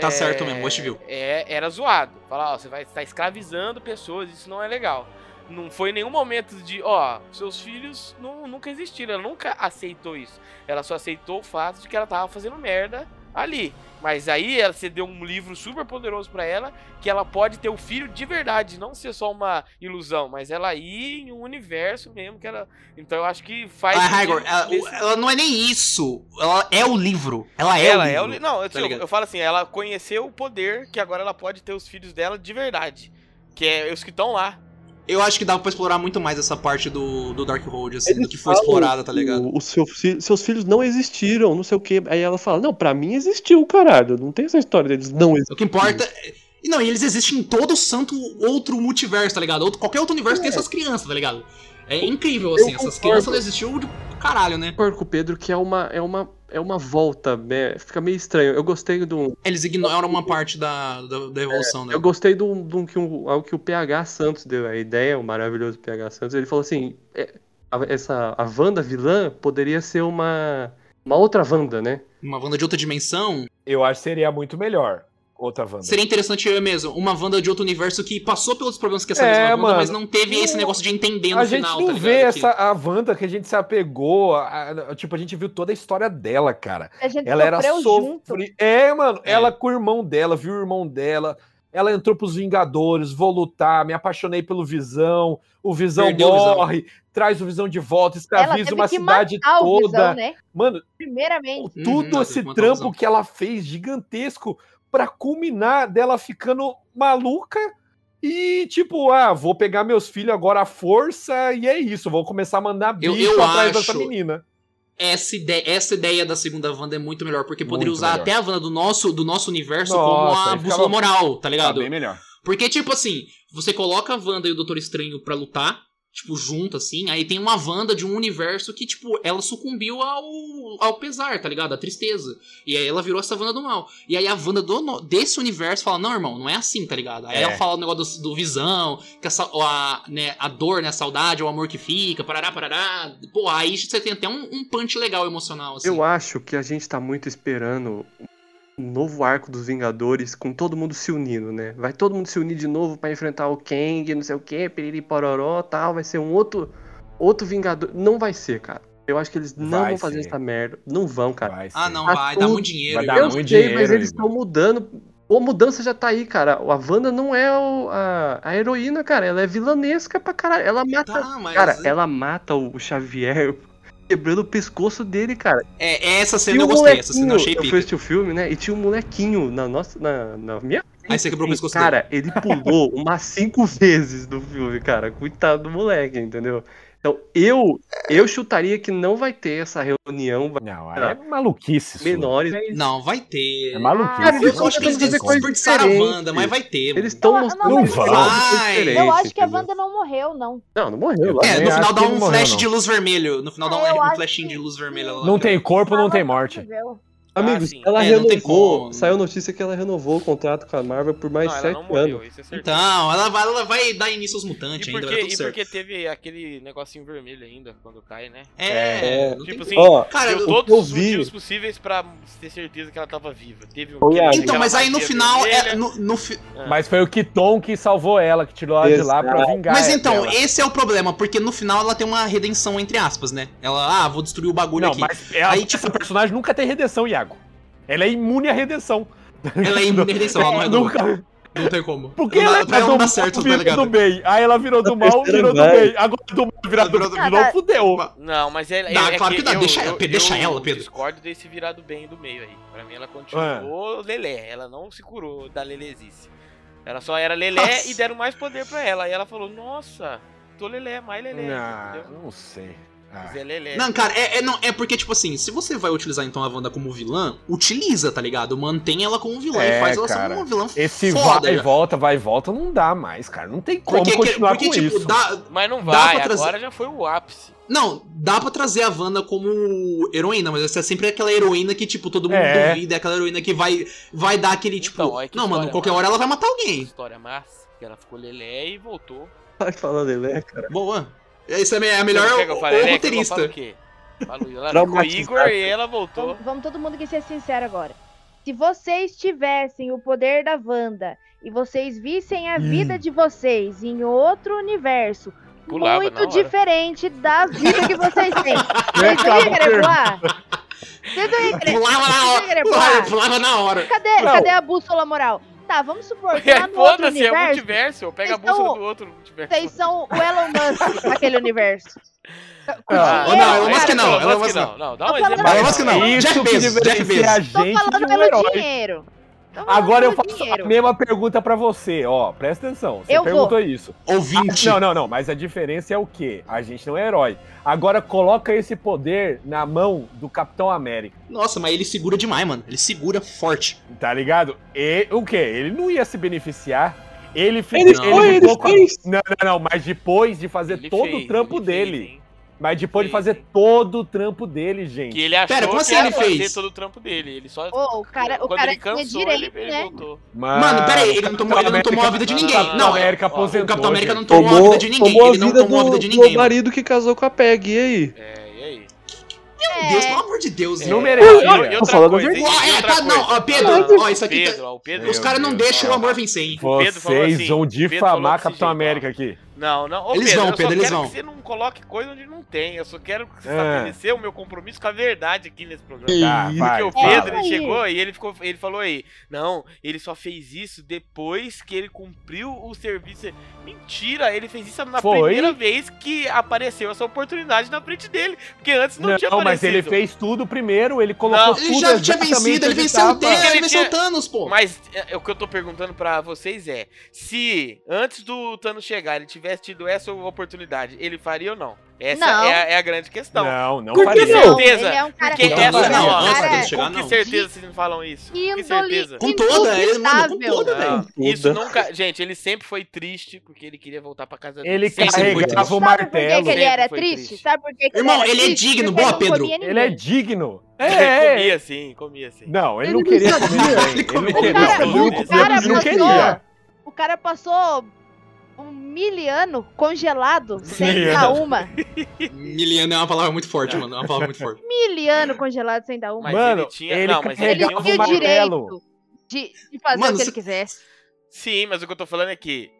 Tá é, certo mesmo, Westview. É, era zoado. Falar, ó, você vai estar escravizando pessoas, isso não é legal. Não foi nenhum momento de, ó, seus filhos nu- nunca existiram, ela nunca aceitou isso. Ela só aceitou o fato de que ela tava fazendo merda ali. Mas aí ela você deu um livro super poderoso pra ela, que ela pode ter o filho de verdade, não ser só uma ilusão, mas ela ir em um universo mesmo que ela. Então eu acho que faz. Ah, sentido Hagor, ela, nesse- ela não é nem isso. Ela é o livro. Ela é ela o é livro. o. li- Não, eu, tá eu, ligado? eu falo assim, ela conheceu o poder que agora ela pode ter os filhos dela de verdade. Que é os que estão lá. Eu acho que dava pra explorar muito mais essa parte do, do Dark Hold, assim, do que foi falam explorada, tá ligado? O, os seu- se- seus filhos não existiram, não sei o que. Aí ela fala, não, pra mim existiu, caralho. Não tem essa história deles não O existiram. que importa. é- E não, e eles existem em todo santo outro multiverso, tá ligado? Outro, qualquer outro universo tem essas crianças, tá ligado? É incrível, assim, essas concordo. crianças não existiu de caralho, né? concordo com o Pedro que é uma, é uma, é uma volta, né? Fica meio estranho. Eu gostei de um. Eles ignoram uma parte da, da, da evolução, né? Eu gostei de um, de um que um- algo que o PH Santos deu a ideia, o maravilhoso PH Santos. Ele falou assim: é, a- essa, a Wanda vilã poderia ser uma, uma outra Wanda, né? Uma Wanda de outra dimensão. Eu acho que seria muito melhor. Outra Wanda. Seria interessante eu mesmo. Uma Wanda de outro universo que passou pelos problemas que essa É, mesma Wanda, mano. mas não teve esse negócio de entender no a gente final, não tá ligado? vê Que- essa a Wanda que a gente se apegou. a- a- tipo, a gente viu toda a história dela, cara. A gente Ela era sofreu junto. sofrida. É, mano. É. Ela com o irmão dela, viu o irmão dela. Ela entrou pros Vingadores, vou lutar, me apaixonei pelo Visão. O Visão Perdeu o Visão. morre, traz o Visão de volta, Ela escraviza teve uma que cidade matar o toda. Visão, né? Mano, Primeiramente. Uhum, tudo não, esse tem uma trampo confusão. que ela fez gigantesco pra culminar dela ficando maluca e tipo, ah, vou pegar meus filhos agora à força e é isso, vou começar a mandar Eu- bicho eu atrás acho- dessa menina. essa ideia, essa ideia da segunda Wanda é muito melhor, porque poderia Muito usar melhor. até a Wanda do nosso, do nosso universo Nossa, como a aí ficava- bússola moral, tá ligado? melhor. Porque, tipo assim, você coloca a Wanda e o Doutor Estranho pra lutar, tipo, junto, assim. Aí tem uma Wanda de um universo que, tipo, ela sucumbiu ao, ao pesar, tá ligado? A tristeza. E aí ela virou essa Wanda do mal. E aí a Wanda do no- desse universo fala, não, irmão, não é assim, tá ligado? Aí É. ela fala o negócio do, do visão, que essa, a, né, a dor, né, a saudade, o amor que fica, parará, parará. Pô, aí você tem até um, um punch legal emocional, assim. Eu acho que a gente tá muito esperando um novo arco dos Vingadores com todo mundo se unindo, né? Vai todo mundo se unir de novo pra enfrentar o Kang, não sei o que, piriri pororó, tal, vai ser um outro outro Vingador. Não vai ser, cara. Eu acho que eles não Vai vão fazer ser. essa merda. Não vão, cara. Vai Ah, ser. não, Tá vai, dá tudo- muito dinheiro. vai dar irmão. Eu muito sei, mas dinheiro, eles Igor. estão mudando. A mudança já tá aí, cara. A Wanda não é o- a, a heroína, cara. Ela é vilanesca pra caralho. Ela mata. Tá, mas... Cara, é é ela mata o Xavier quebrando o pescoço dele, cara. É, essa E cena eu o gostei, essa cena eu molequinho, achei Eu fui pica. assistir o filme, né? E tinha um molequinho na nossa. Na, na minha. Aí você quebrou o pescoço dele. assim, Cara, ele pulou umas cinco vezes no filme, cara. Coitado do moleque, entendeu? Então, eu, eu chutaria que não vai ter essa reunião vai Não, aí é maluquice. sua. menores. Não, vai ter. É maluquice. Cara, eles não eu são acho que eles tentando fazer desperdiçaram a coisa diferente. Wanda, mas vai ter. mano. Eles estão Não, mostrando não que vai. eles são Vai. diferentes, Eu acho que a entendeu? Wanda não morreu, não. Não, não morreu. lá. É, também no acho final que dá não um morreu, flash não. de luz vermelho. No final dá Eu um, um acho flashinho que- de luz vermelha lá. Não tem corpo, não tem Ela morte. morreu. Amigos, sim. ela É, não tem renovou. como. Saiu notícia que ela renovou o contrato com a Marvel por mais não, ela sete não anos. morreu, isso é certeza. Então, ela vai, ela vai dar início aos mutantes e ainda, porque, vai dar tudo e certo. porque teve aquele negocinho vermelho ainda, quando cai, né? É, É. não tem Tipo como. assim, Ó, Cara, deu eu- todos eu os vi- motivos possíveis pra ter certeza que ela tava viva. Teve um Foi aquele- a- Então, aquela mas aí no magia final. vermelha. É, no, no fi- Mas foi o Kiton que salvou ela, que tirou ela de lá pra vingar. Mas então, ela. esse é o problema, porque no final ela tem uma redenção, entre aspas, né? Ela, ah, vou destruir o bagulho Não, aqui. mas ela, Aí, tipo- essa personagem nunca tem redenção, Iago. Ela é imune à redenção. Ela é imune à redenção, ela não é do. Nunca. Não tem como. Porque não, ela, dá- é pra ela não dá do, certo, tá virou ligado? do bem. Aí ela virou do mal, terceira virou do vai. bem. Agora do mal virou do, Virou do, do- do Cara, mal, fudeu. Não, mas é, é- Dá, é claro que dá, eu- deixa ela, eu- Pedro, deixa eu ela, Pedro. discordo desse virado bem do meio aí. Pra mim ela continuou lelé, ela não se curou da lelezice. Ela só era lelé Nossa. e deram mais poder pra ela. E ela falou, nossa, tô lelé, mais lelé. Ah, entendeu? não sei. Ah. Mas é lelé. Não, cara, é, é- não, é porque, tipo assim, se você vai utilizar então a Wanda como vilã, utiliza, tá ligado? Mantém ela como vilã É, e faz ela cara. ser uma vilã Esse foda. vai e já. volta, vai e volta, não dá mais, cara. Não tem como porque, continuar porque, com tipo, isso. dá. Mas não Dá vai, pra trazer- agora já foi o ápice. Não, dá pra trazer a Wanda como heroína, mas essa é sempre aquela heroína que, tipo, todo mundo É. duvida, é aquela heroína que vai, vai dar aquele, tipo. Então, olha que não, mano, história, qualquer mano. hora ela vai matar Que alguém. História massa, que ela ficou lelé e voltou. vai falando, Lelé, cara. Boa. Isso é a melhor Sabe é que o, eu falei, o lelé? Que eu falo o roteirista. quê? Falo, ela ficou Traumatizado. Igor e ela voltou. Vamos, vamos todo mundo que ser sincero agora. Se vocês tivessem o poder da Wanda e vocês vissem a Hum. vida de vocês em outro universo, Pulava na muito hora. diferente da vida que vocês têm. Vocês não cara, iam querer voar? Vocês não iam querer, Pulava na vocês não iam hora. querer Pulava, voar? pulava na Ah, hora. Cadê, Não. cadê a bússola moral? Tá, vamos supor que E lá aí, no foda-se, outro é o universo, multiverso. Pega a Vocês bússola são- do outro multiverso. vocês são o Elon Musk naquele universo. Ah, Ou não, é, Elon Musk é, não, Elon Elon Musk Musk não. Não, dá um Tô falando exemplo. Elon aí, Musk não. não. Isso Jack que Bezos, Jack diferencia a Bezos. Tô gente de falando um pelo herói. dinheiro. Tô falando Agora eu pelo faço dinheiro. a mesma pergunta pra você, ó. Presta atenção. Você Eu vou. perguntou isso. Ouvinte. Não, não, não. Mas a diferença é o quê? A gente não é herói. Agora coloca esse poder na mão do Capitão América. Nossa, mas ele segura demais, mano. Ele segura forte. Tá ligado? E o quê? Ele não ia se beneficiar. Ele, fi- Ele foi, ele ficou com a- fez. Não, não, não. Mas depois de fazer Ele todo fez, o trampo ele fez, dele. hein? mas depois de fez, fazer hein? todo o trampo dele, gente. Que ele achou Pera, como assim que ele ia fazer fez? todo o trampo dele. Ele só. Ô, o cara, o quando cara ele cansou, tinha direito, ele, ele né? voltou. Mano, pera aí, ele não tomou, ele não tomou a vida de Não, ninguém. não, não, Não, o ó, América aposentou. o Capitão América gente. não tomou a vida de ninguém. tomou a Ele não vida tomou a do- vida de do ninguém. mano. marido que casou com a Peg, e aí? É, e aí? É. Deus, pelo amor de Deus, É, Não velho. merecia. e- e Tô outra falando coisa, a hein? verdade. E outra Ah, não, coisa. ó, Pedro, Ah, ó, isso aqui tá- Pedro, ó, o Pedro. Os caras não Meu Deus, deixam o ó. amor vencer, hein? O Pedro falou Vocês assim, vão o Pedro falou difamar desse Capitão jeito, ó. América aqui. Não, não. Ô, Eles Pedro, vão, eu Pedro, só eles quero vão. que você não coloque coisa onde não tem. Eu só quero que você É. estabeleça o meu compromisso com a verdade aqui nesse programa. Tá, Porque vai. o fala. Pedro ele Aí. chegou e ele, ficou, ele falou aí, não, ele só fez isso depois que ele cumpriu o serviço. Mentira, ele fez isso na Foi? primeira vez que apareceu essa oportunidade na frente dele, porque antes não, Não, tinha mas aparecido. ele fez tudo primeiro, ele Não. colocou tudo Ele já tinha exatamente vencido, ele onde venceu o tava. Deus, Ele ele venceu tinha- o Thanos, pô. Mas é, é, o que eu tô perguntando pra vocês é, se antes do Thanos chegar ele tivesse tido essa oportunidade, ele faria ou não? Essa Não. é, a, é a grande questão. Não, não Por que faria. não? Não, certeza, Ele é um cara porque que essa cara, não, antes cara, dele chegar, Com que não. certeza vocês me falam isso? Com índole certeza. Com toda, ele mano, com indubitável. toda, né? velho. Não, Ah, isso Puta. nunca. Gente, ele sempre foi triste porque ele queria voltar pra casa dele. Ele Sempre foi triste. carregava o Sabe por que, martelo. que ele era Foi triste? triste. Sabe por que, que Irmão, ele era ele é triste? digno, Porque boa, ele não Pedro. comia Ele é ninguém. digno. Ele É, é. comia sim, comia sim. Não, ele, Ele não não queria sabia. comer ninguém. Ele não O queria. cara- Não, o Lucas, cara ele não passou- queria. O cara passou um miliano congelado, sem Miliano. dar uma. Miliano é uma palavra muito forte, mano. É uma palavra muito forte. Miliano congelado, sem dar uma. Mas Mano, ele tinha. ele não, mas Ele carregava tinha um tinha o valor. martelo. direito de, de fazer Mano, o que ele cê- quisesse. Sim, mas o que eu tô falando é que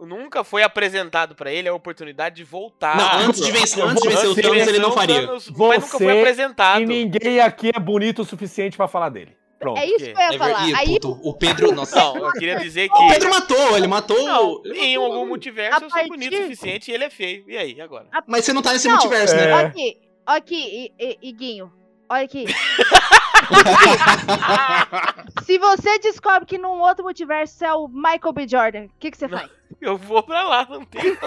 nunca foi apresentado pra ele a oportunidade de voltar. não, antes de vencer, eu antes de vou- vencer o antes de Thanos, vencer ele não o faria. Thanos, mas nunca foi Você apresentado. E ninguém aqui é bonito o suficiente pra falar dele. Pronto. É isso que eu ia É ver- falar. Ih, Aí puto, o Pedro. Nossa. Não, eu queria dizer que. O Pedro matou, ele matou. Não, ele em matou. algum multiverso eu sou partir- bonito o suficiente e ele é feio. E aí, agora? Mas você não tá nesse Não. multiverso, né? É. Olha aqui, olha aqui, I- I- Iguinho. Olha aqui. Se você descobre que num outro multiverso é o Michael B. Jordan, o que, que você Não. faz? Eu vou pra lá, não tem.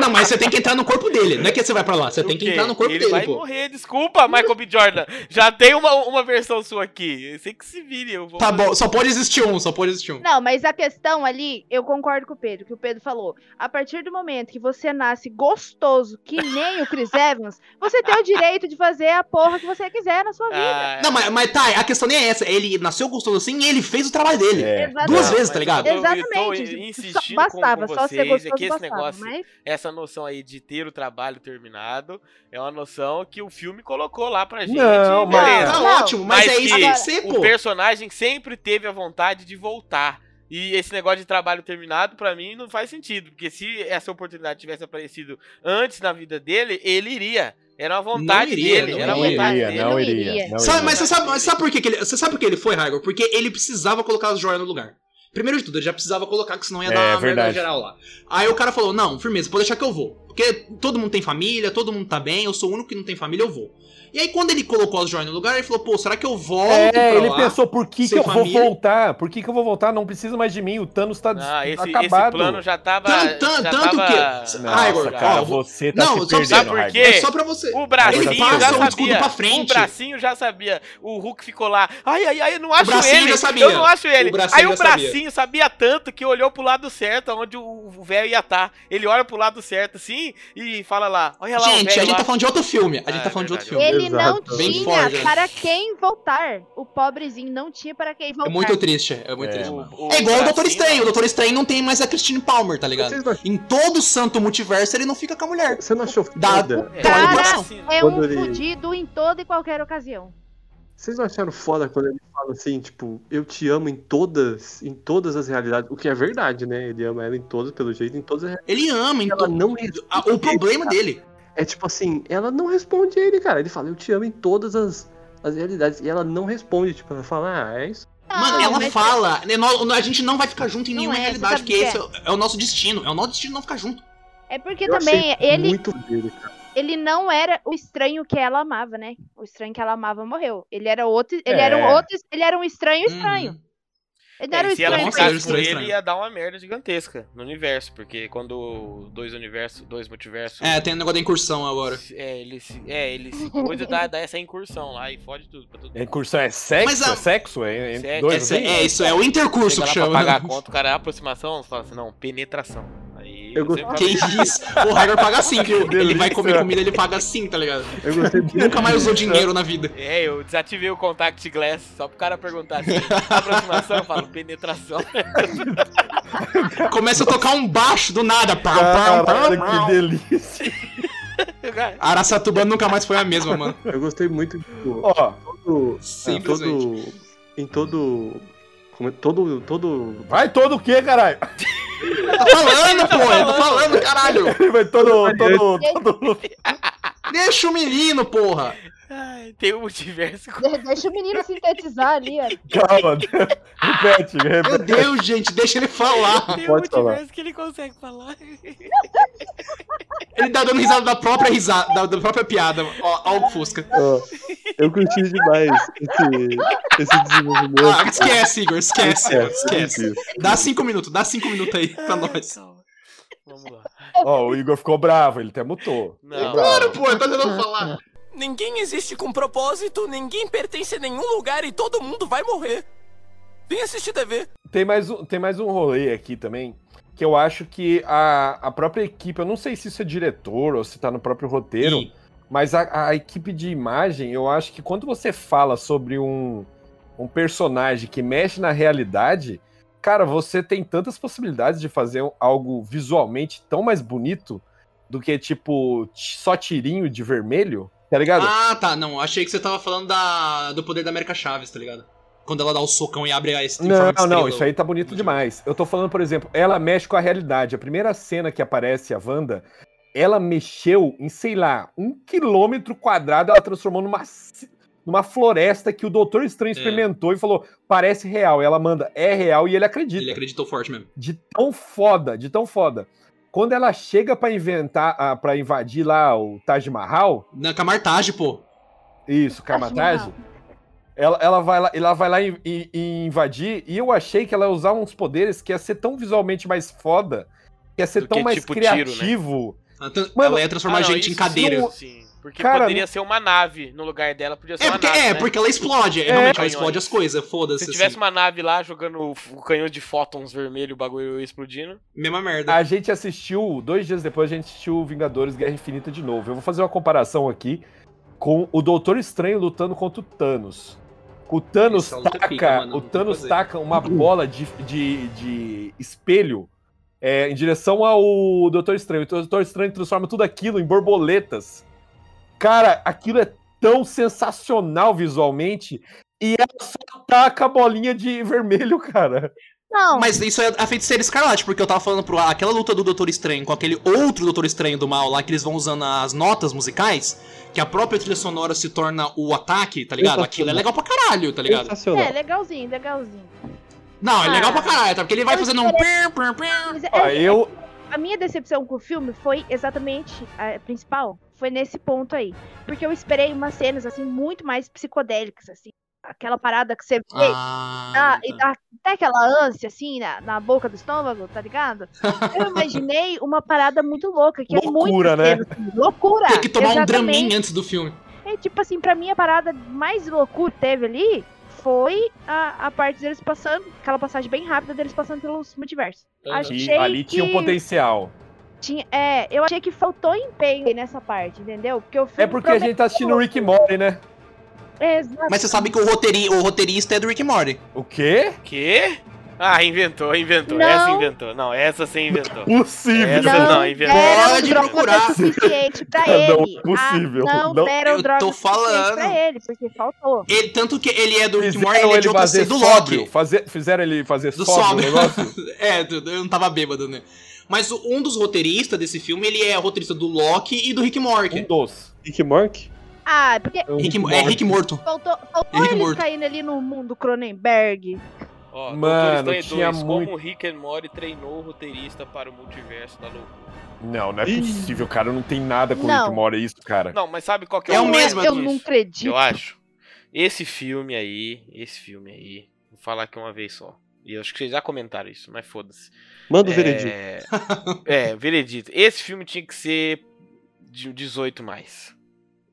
Não, mas você tem que entrar no corpo dele. Não é que você vai pra lá, você tem o que quê? entrar no corpo ele dele, vai pô. morrer, desculpa, Michael B. Jordan. Já tem uma, uma versão sua aqui. Eu sei que se vire, eu vou. Tá fazer- bom, só pode existir um, só pode existir um. Não, mas a questão ali, eu concordo com o Pedro, que o Pedro falou. A partir do momento que você nasce gostoso, que nem o Chris Evans, você tem o direito de fazer a porra que você quiser na sua vida. Ah, Não, mas, mas tá, a questão nem é essa. Ele nasceu gostoso assim e ele fez o trabalho dele. É. Duas Não, vezes, mas tá ligado? eu tô- Exatamente. Eu tô Só- insistindo bastava, com, com só vocês, ser gostoso é que esse bastava, negócio, mas- essa noção aí de ter o trabalho terminado, é uma noção que o filme colocou lá pra gente. Não, mas- beleza. Tá Não, ótimo, mas, mas é isso que que tem que ser, pô. O personagem sempre teve a vontade de voltar. E esse negócio de trabalho terminado, pra mim, não faz sentido. Porque se essa oportunidade tivesse aparecido antes na vida dele, ele iria. Era uma vontade Não iria, dele. não era a iria, vontade iria, dele. não não iria. iria. não Sabe, iria. mas você sabe, mas sabe por que, que ele. Você sabe por que ele foi, Raigor? Porque ele precisava colocar as joias no lugar. Primeiro de tudo, ele já precisava colocar, que senão ia É, dar uma merda verdade. geral lá. Aí o cara falou: não, firmeza, pode deixar que eu vou. Porque todo mundo tem família, todo mundo tá bem, eu sou o único que não tem família, eu vou. E aí, quando ele colocou as joias no lugar, ele falou, pô, será que eu volto? pra É, ele lá? pensou, por que, que sem eu família. vou voltar? Por que, que eu vou voltar? Não precisa mais de mim, o Thanos tá des- Ah, esse, esse acabado. plano já tava. Tanto- já tanto tava- que- Nossa, Raigor, cara, ó, vou- você tá Não, se só pra você- perdendo, Sabe por Raigor. quê? É só pra você. O Ele Bracinho já passou o escudo sabia. pra frente. O Bracinho já sabia. O Hulk ficou lá. Ai, ai, ai, eu não acho Bracinho ele. já sabia. Eu não acho ele. O Bracinho aí o já sabia. Bracinho sabia. tanto que olhou pro lado certo, onde o o velho ia estar. Ele olha pro lado certo, assim, e fala lá. Olha lá o Gente, velho a gente lá. tá falando de outro filme. A Ah, gente é tá falando de outro verdade. filme. Ele não Exato. Bem tinha forte, né? para quem voltar. O pobrezinho não tinha para quem voltar. É muito triste, é muito É, triste. mano. O- o É igual o Doutor Bracinho- Estranho. O Doutor Estranho não tem mais a Christine Palmer, tá ligado? Vocês não ach- Em todo santo multiverso ele não fica com a mulher. Você não achou Dá- foda? É, Cara, o Bracinho. É um Quando ele- fudido em toda e qualquer ocasião. Vocês não acharam foda quando ele fala assim, tipo, eu te amo em todas, em todas as realidades, o que é verdade, né? Ele ama ela em todas, pelo jeito, em todas as realidades. Ele ama, então. Ela não Ah, responde. O problema dele. É tipo assim, ela não responde ele, cara. Ele fala, eu te amo em todas as, as realidades. E ela não responde, tipo, ela fala, ah, é isso. Mano, Não, ela mas- fala. né, nó- A gente não vai ficar junto em Não nenhuma é, você realidade, sabe porque que esse é é o nosso destino. É o nosso destino não ficar junto. É porque Eu também achei ele, Muito dele, cara. ele não era o estranho que ela amava, né? O estranho que ela amava morreu. Ele era outro, ele era É. um outro, ele era um estranho Hum. estranho. Ele não É, era o e se ela estranho. Nossa, ficasse um estranho. isso com é ele, estranho. ia dar uma merda gigantesca no universo. Porque quando dois universos, dois multiversos. É, tem um negócio da incursão agora. É, ele se, é, ele se coisa dá, dá essa incursão lá e fode tudo. Pra todo A incursão é sexo? Mas a- É sexo? É, é Sexo, dois, Essa- assim? é isso, é o intercurso Chega que lá pra chama. né? pagar a conta, o cara, é aproximação, você fala assim, não, penetração. Aí Eu você gostei. fala, assim, Que isso? O Hagor paga sim, viu? Ele vai delícia. comer comida, ele paga sim, tá ligado? Eu gostei muito. Nunca mais usou dinheiro na vida. É, eu desativei o contact glass, só pro cara perguntar assim, aproximação, eu falo, penetração. Começa a tocar um baixo do nada. Pá, um pá, pá, Caralho, pá. que delícia. Araçatuba nunca mais foi a mesma, mano. Eu gostei muito. Tipo, Ó, todo, em Simplesmente. Ah, todo. Em todo. como é- Todo. Todo. vai todo o quê, caralho? Tá falando, pô! Eu tô falando, caralho! Vai todo, todo, todo... Deixa o menino, porra! Ai, Tem um multiverso com... De- Deixa o menino sintetizar ali, ó. Calma, repete, repete. Meu Deus, gente, deixa ele falar! Tem um Pode multiverso falar. que ele consegue falar. Ele tá dando risada da própria risada, da, da própria piada. Ó, ó o Fusca. Ó, eu curti demais esse, esse desenvolvimento. Ah, esquece, Igor, esquece, Igor, Esquece, esquece. esquece. Dá cinco minutos, dá cinco minutos aí pra nós. Calma. Vamos Ó, o Igor ficou bravo, ele até mutou. Não. Claro, pô, tá tentando falar. Ninguém existe com propósito, ninguém pertence a nenhum lugar e todo mundo vai morrer. Vem assistir TV. Tem mais um, tem mais um rolê aqui também, que eu acho que a, a própria equipe, eu não sei se isso é diretor ou se tá no próprio roteiro, Ih. mas a, a equipe de imagem, eu acho que quando você fala sobre um, um personagem que mexe na realidade, cara, você tem tantas possibilidades de fazer um- algo visualmente tão mais bonito do que, tipo, ti- só tirinho de vermelho, tá ligado? Ah, tá, não. Achei que você tava falando da, do poder da América Chaves, tá ligado? Quando ela dá o socão e abre a est- em Não, forma de não, estrela. isso aí tá bonito demais. Eu tô falando, por exemplo, ela mexe com a realidade. A primeira cena que aparece a Wanda, ela mexeu em, sei lá, um quilômetro quadrado, ela transformou numa, ci- numa floresta que o Doutor É. Estranho experimentou e falou, parece real. Ela manda, é real, e ele acredita. Ele acreditou forte mesmo. De tão foda, de tão foda. Quando ela chega pra inventar, ah, pra invadir lá o Taj Mahal, Na Camartage, pô. isso, Carmatagem. Ela, ela vai lá, ela vai lá e, e- e invadir, e eu achei que ela ia usar uns poderes que ia ser tão visualmente mais foda, que ia ser Do tão que mais tipo tiro, né? criativo. Ela tran- Mano, ela ia transformar Ah, não, gente em isso cadeira. sim, Sim, porque Cara, poderia ser uma nave no lugar dela, podia ser É, uma porque, nave. né? é porque ela explode. é, realmente, ela canhões. explode as coisas. Foda-se. Se tivesse assim. uma nave lá jogando o f- o canhão de fótons vermelho, o bagulho explodindo. Mesma merda. Ah, A gente assistiu, dois dias depois, a gente assistiu Vingadores Guerra Infinita de novo. Eu vou fazer uma comparação aqui com o Doutor Estranho lutando contra o Thanos. O Thanos Essa luta é taca, pica, mano, o não tem o Thanos que fazer. taca uma bola de, de, de espelho é, em direção ao Doutor Estranho. O Doutor Estranho transforma tudo aquilo em borboletas. Cara, aquilo é tão sensacional visualmente. E ela só taca a bolinha de vermelho, cara. Não, Mas isso é a feiticeira escarlate, porque eu tava falando pro A, aquela luta do Doutor Estranho com aquele outro Doutor Estranho do mal lá, que eles vão usando as notas musicais, que a própria trilha sonora se torna o ataque, tá ligado? Aquilo é legal pra caralho, tá ligado? é Sensacional. legalzinho, legalzinho. Não, é Ah. legal pra caralho, tá? Porque ele vai Eu fazendo um. pim, pim, pim. Mas é- Ó, eu, a minha decepção com o filme foi exatamente a principal, foi nesse ponto aí, porque eu esperei umas cenas assim muito mais psicodélicas assim, aquela parada que você vê Ah, dá- e dá até aquela ânsia assim na, na boca do estômago, tá ligado? Eu imaginei uma parada muito louca que Loucura, é muito né? pequeno, assim, loucura. Tem que tomar um exatamente. draminha antes do filme. É tipo assim, pra mim a parada mais loucura que teve ali foi a, a parte deles passando, aquela passagem bem rápida deles passando pelos multiversos. que Achei ali tinha um que- potencial. Tinha, é, eu achei que faltou empenho nessa parte, entendeu? Porque o É filme porque a gente tá assistindo o Rick and Morty, né? É, exato. Mas você sabe que o, roteri- o roteirista é do Rick and Morty. O quê? Quê? Ah, inventou, inventou. Não. Essa inventou. Não, essa você inventou. Possível. Essa não, inventou. deram Pode droga procurar. um suficiente pra Não é ele. possível. Ah, não, Não, deram eu droga tô suficiente falando. pra ele, porque faltou. Ele, tanto que ele é do Rick and Morty, Fizeram ele é de ele outra fazer série do Loki. sóbrio. Fazer, fizeram ele fazer Do sóbrio o sóbrio. negócio. É, do- do- eu não tava bêbado, né? Mas o- um dos roteiristas desse filme, ele é roteirista do Loki e do Rick and Morty. Um doce. Rick Mork? Ah, é porque É um Rick, Rick é Morty. Rick morto. faltou, faltou Henrique eles Morto. caindo ali no mundo Cronenberg. Ó, Mano, Doutor Estranho tinha 2, muito- como Rick and Morty treinou o roteirista para o multiverso da loucura. Não, não é Ih. possível, cara. Não tem nada com o Não. Rick Mora isso, cara. Não, mas sabe qual que é, É o o mesmo, problema Eu Adonis. disso? não acredito. Eu acho. Esse filme aí, esse filme aí, vou falar aqui uma vez só. E eu acho que vocês já comentaram isso, mas foda-se. Manda o É, veredito. É, veredito. Esse filme tinha que ser de 18 mais.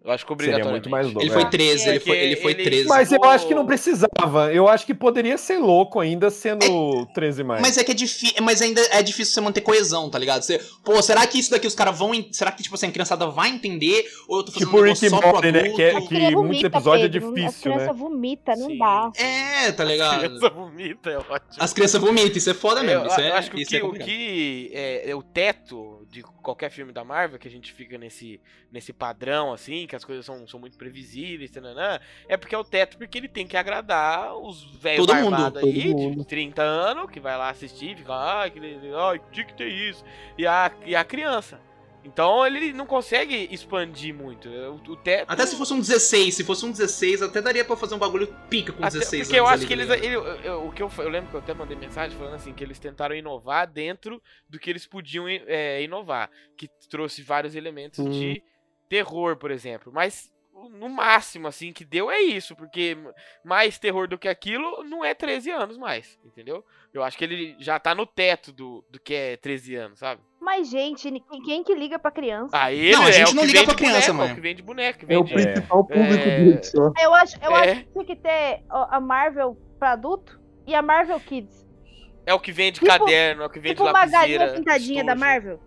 Eu acho que Seria obrigatoriamente. muito mais louco. Ele né? foi 13, É ele foi, que ele foi ele- 13. Mas... Mas eu acho que não precisava. Eu acho que poderia ser louco ainda sendo 13 mais. é que é difícil. Mas ainda é difícil você manter coesão, tá ligado? Você, pô, será que isso daqui os caras vão. en- Será que, tipo assim, a criançada vai entender? Ou eu tô fazendo Tipo um o negócio Rick só and pro Morty, né? adulto? Que é, As que crianças muito episódio Pedro, é As difícil, crianças né? vomita, não Sim. dá. É, tá A ligado? criança vomita, é ótimo. As crianças vomitam, isso é foda mesmo. Eu, isso eu é, acho que o isso que, é o, complicado. que é, é o teto de qualquer filme da Marvel, que a gente fica nesse, nesse padrão, assim, que as coisas são, são muito previsíveis, tananã, é porque é o teto, porque ele tem que agradar os velhos Todo mundo, barbados todo aí, de mundo. 30 anos, que vai lá assistir e fica, ai, que, le- ai, tinha que ter isso. E a, e a criança. Então ele não consegue expandir muito. O, o teto. Até se fosse um 16, se fosse um 16, até daria pra fazer um bagulho pica com Até- 16 porque eu anos acho ali, que tá eles. ligado? ele- eu- eu- o que eu, fa- eu lembro que eu até mandei mensagem falando assim, que eles tentaram inovar dentro do que eles podiam i- é, inovar. Que trouxe vários elementos Hum. de terror, por exemplo. Mas o no máximo, assim, que deu é isso, porque mais terror do que aquilo não é 13 anos mais, entendeu? Eu acho que ele já tá no teto do, do que é 13 anos, sabe? Mas, gente, ni- quem que liga pra criança? Aí Não, a é gente o que não liga vende pra boneco, criança, é mãe. O que vende boneco, que É o vende. principal público É. dele só. Eu acho, eu É. acho que tinha que ter ó, a Marvel pra adulto e a Marvel Kids. É o que vende Tipo- caderno, é o que vende Tipo uma lapiseira. galinha pintadinha da estojo. Marvel.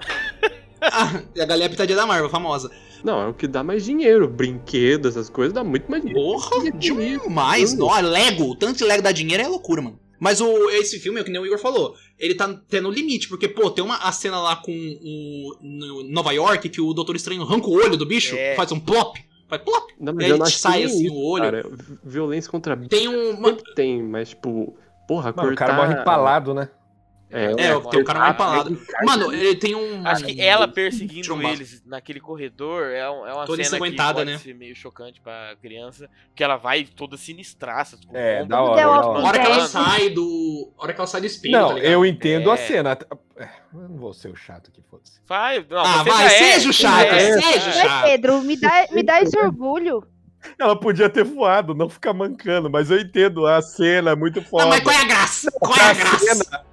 é- Ah, a galinha pitadinha da Marvel, famosa. Não, é o que dá mais dinheiro. Brinquedo, essas coisas, dá muito mais dinheiro. Porra, demais. Nossa, Lego, o tanto de Lego dá dinheiro é loucura, mano. Mas o, esse filme, é o que nem o Igor falou, ele tá tendo limite, porque, pô, tem uma a cena lá com o no- Nova York que o Doutor Estranho arranca o olho do bicho, É. faz um plop, faz plop. Não, E aí ele sai assim o olho. Cara, Vi- violência contra bicho Tem um, uma. sempre tem, mas tipo, porra, Mano, o cortar... cara morre empalado, né? É, É, É, tem um cara cortar- mais palado. Mano, ele tem um. Acho que ela perseguindo Trombado. eles naquele corredor é, um- é uma cena Toda que ensanguentada, pode né? ser meio chocante pra criança, porque ela vai toda sinistraça. Com É, bomba, da hora, com da oito hora. A manos hora que ela andando. sai do. A hora que ela sai do espelho, não, tá ligado? eu entendo a É. cena. É, eu não vou ser o chato aqui, foda-se. Vai, não, Ah, você vai, já é, seja o você chato, já seja o é. chato. Mas, Pedro, me dá, me dá esse orgulho. Ela podia ter voado, não ficar mancando, mas eu entendo a cena, é muito Ah, foda. mas qual é a graça? Qual é a A graça? cena,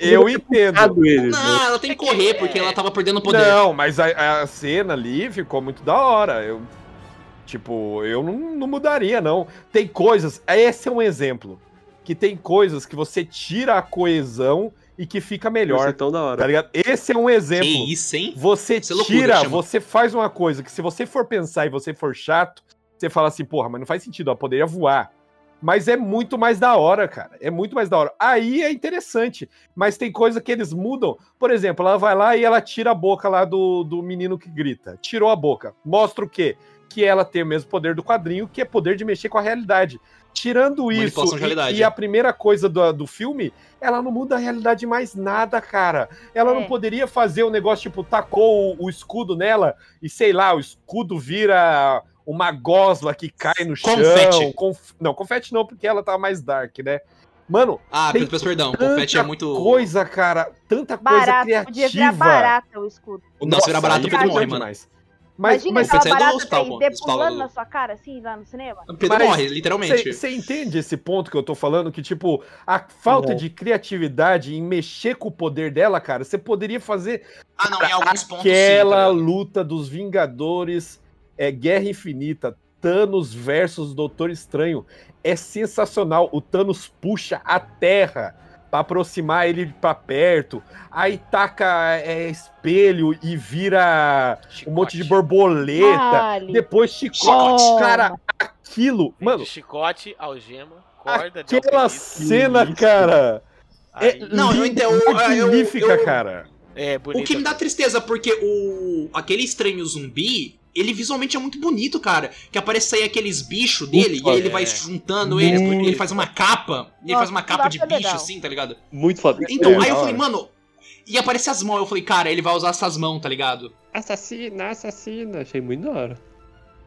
eu entendo. Errado eles, né? Não, ela tem É que correr, porque ela tava perdendo poder. Não, mas a, a cena ali ficou muito da hora. Eu, tipo, eu não, não mudaria, não. Tem coisas. Esse é um exemplo. Que tem coisas que você tira a coesão e que fica Melhor. melhor. é tão da Tá hora. ligado? Esse é um exemplo. Que isso, hein? Você Isso é loucura, tira, chama. você faz uma coisa que se você for pensar e você for chato, você fala assim, porra, mas não faz sentido, ela poderia voar. Mas é muito mais da hora, cara. É muito mais da hora. Aí é interessante. Mas tem coisa que eles mudam. Por exemplo, ela vai lá e ela tira a boca lá do, do menino que grita. Tirou a boca. Mostra o quê? Que ela tem o mesmo poder do quadrinho, que é poder de mexer com a realidade. Tirando isso Manipulação de e- realidade. e a primeira coisa do, do filme, ela não muda a realidade em mais nada, cara. Ela não É. poderia fazer um negócio tipo, tacou o, o escudo nela e sei lá, o escudo vira uma gosla que cai no chão. Confete. conf- Não, confete não, porque ela tá mais dark, né? Mano, Ah, Tem peço perdão, tanta confete é muito. coisa, cara, tanta coisa Barata. Podia virar criativa. barata o escudo. Não, se virar barata, aí todo mundo é morre, demais. Mas, Imagina mas você tá sai do aquela barata hospital, pô, 3D hospital pulando do- na sua cara, assim, lá no cinema. O Pedro Mas- morre, literalmente. Você entende esse ponto que eu tô falando? Que, tipo, a falta de criatividade em mexer com o poder dela, cara, você poderia fazer Ah, não, em alguns pontos. sim, aquela tá ligado? luta dos Vingadores é Guerra Infinita, Thanos versus Doutor Estranho. É sensacional. O Thanos puxa a Terra pra aproximar ele pra perto. Aí taca é, espelho e vira um monte de Chicote. borboleta. Vale. Depois chicote. Toma. Cara, aquilo. Mano, De chicote, algema, corda de aquela alpinista, cena, cara. É aí- Não, eu entendo, eu- eu- magnífica, eu- cara. é O que me dá bonito. tristeza, porque o. aquele estranho zumbi. Ele visualmente é muito bonito, cara. Que aparece aí aqueles bichos dele Ufa, e ele é. vai juntando eles, porque ele faz uma capa. E ele faz uma Nossa, capa de capa é bicho, legal. assim, tá ligado? Muito foda. Então, É, aí eu da falei, hora. mano. E aparece as mãos, eu falei, cara, ele vai usar essas mãos, tá ligado? Assassina, assassina. Achei muito da hora.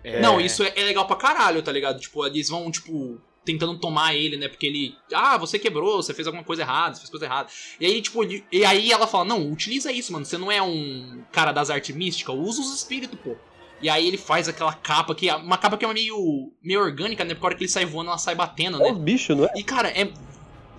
É. Não, isso é, é legal pra caralho, tá ligado? Tipo, eles vão, tipo, tentando tomar ele, né? Porque ele. Ah, você quebrou, você fez alguma coisa errada, você fez coisa errada. E aí, tipo, ele- e aí ela fala, não, utiliza isso, mano. Você não é um cara das artes místicas, usa os espíritos, pô. E aí ele faz aquela capa que. Uma capa que é meio. meio orgânica, né? Porque a hora que ele sai voando, ela sai batendo, É os né? bichos, não é? E, cara, é.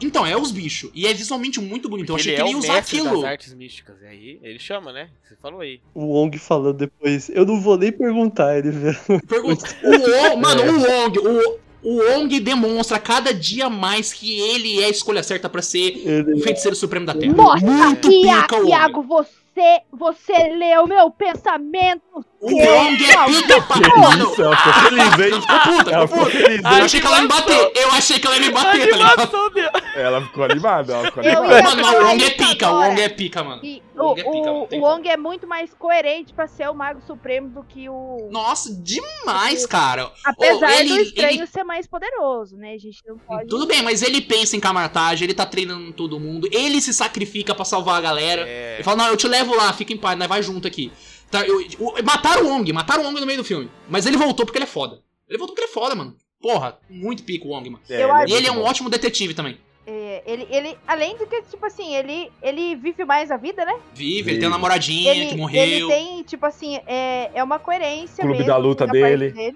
Então, é os bichos. E é visualmente muito bonito. Eu Porque achei ele que é ele ia o usar mestre aquilo. das artes místicas. E aí ele chama, né? Você falou aí. O Wong falando depois. Eu não vou nem perguntar, ele vê. Pergunta. O Wong, mano, o Wong, o, o Wong demonstra cada dia mais que ele é a escolha certa pra ser Ele... o feiticeiro supremo da Terra. Mostra Muito aqui, pica o Wong. Iago, você, você leu meu pensamento. O Wong é pica pra mano. Isso, ela ficou feliz, hein? Ficou puta, Ela ficou ficou puta. feliz, Eu hein? achei que ela ia me bater, eu achei que ela ia me bater, tá ligado? Animação dele. Ela ficou animada, ela ficou Eu animada. ia Mano, mas o falar Wong é isso pica, o agora. Wong é pica, mano. E O Wong é pica, o, não o, tem o como. Wong é muito mais coerente pra ser o Mago Supremo do que o. Nossa, demais, cara. Apesar ele- do estranho ele- ser mais poderoso, né? A gente não pode. Tudo bem, mas ele pensa em camaratagem, ele tá treinando todo mundo, ele se sacrifica pra salvar a galera. É. Ele fala, não, eu te levo lá, fica em paz, nós vai junto aqui. Tá, eu- o- mataram o Wong, mataram o Wong no meio do filme. Mas ele voltou porque ele é foda. Ele voltou porque ele é foda, mano. Porra, muito pico o Wong, mano. É, Eu ele é acho- E ele é muito um bom. ótimo detetive também. É, ele, ele, além do que, tipo assim, ele, ele vive mais a vida, né? Vive, ele tem Vive. uma namoradinha Ele, que ele morreu. Tem... tem, tipo assim, é, é uma coerência Clube mesmo da luta na parte dele.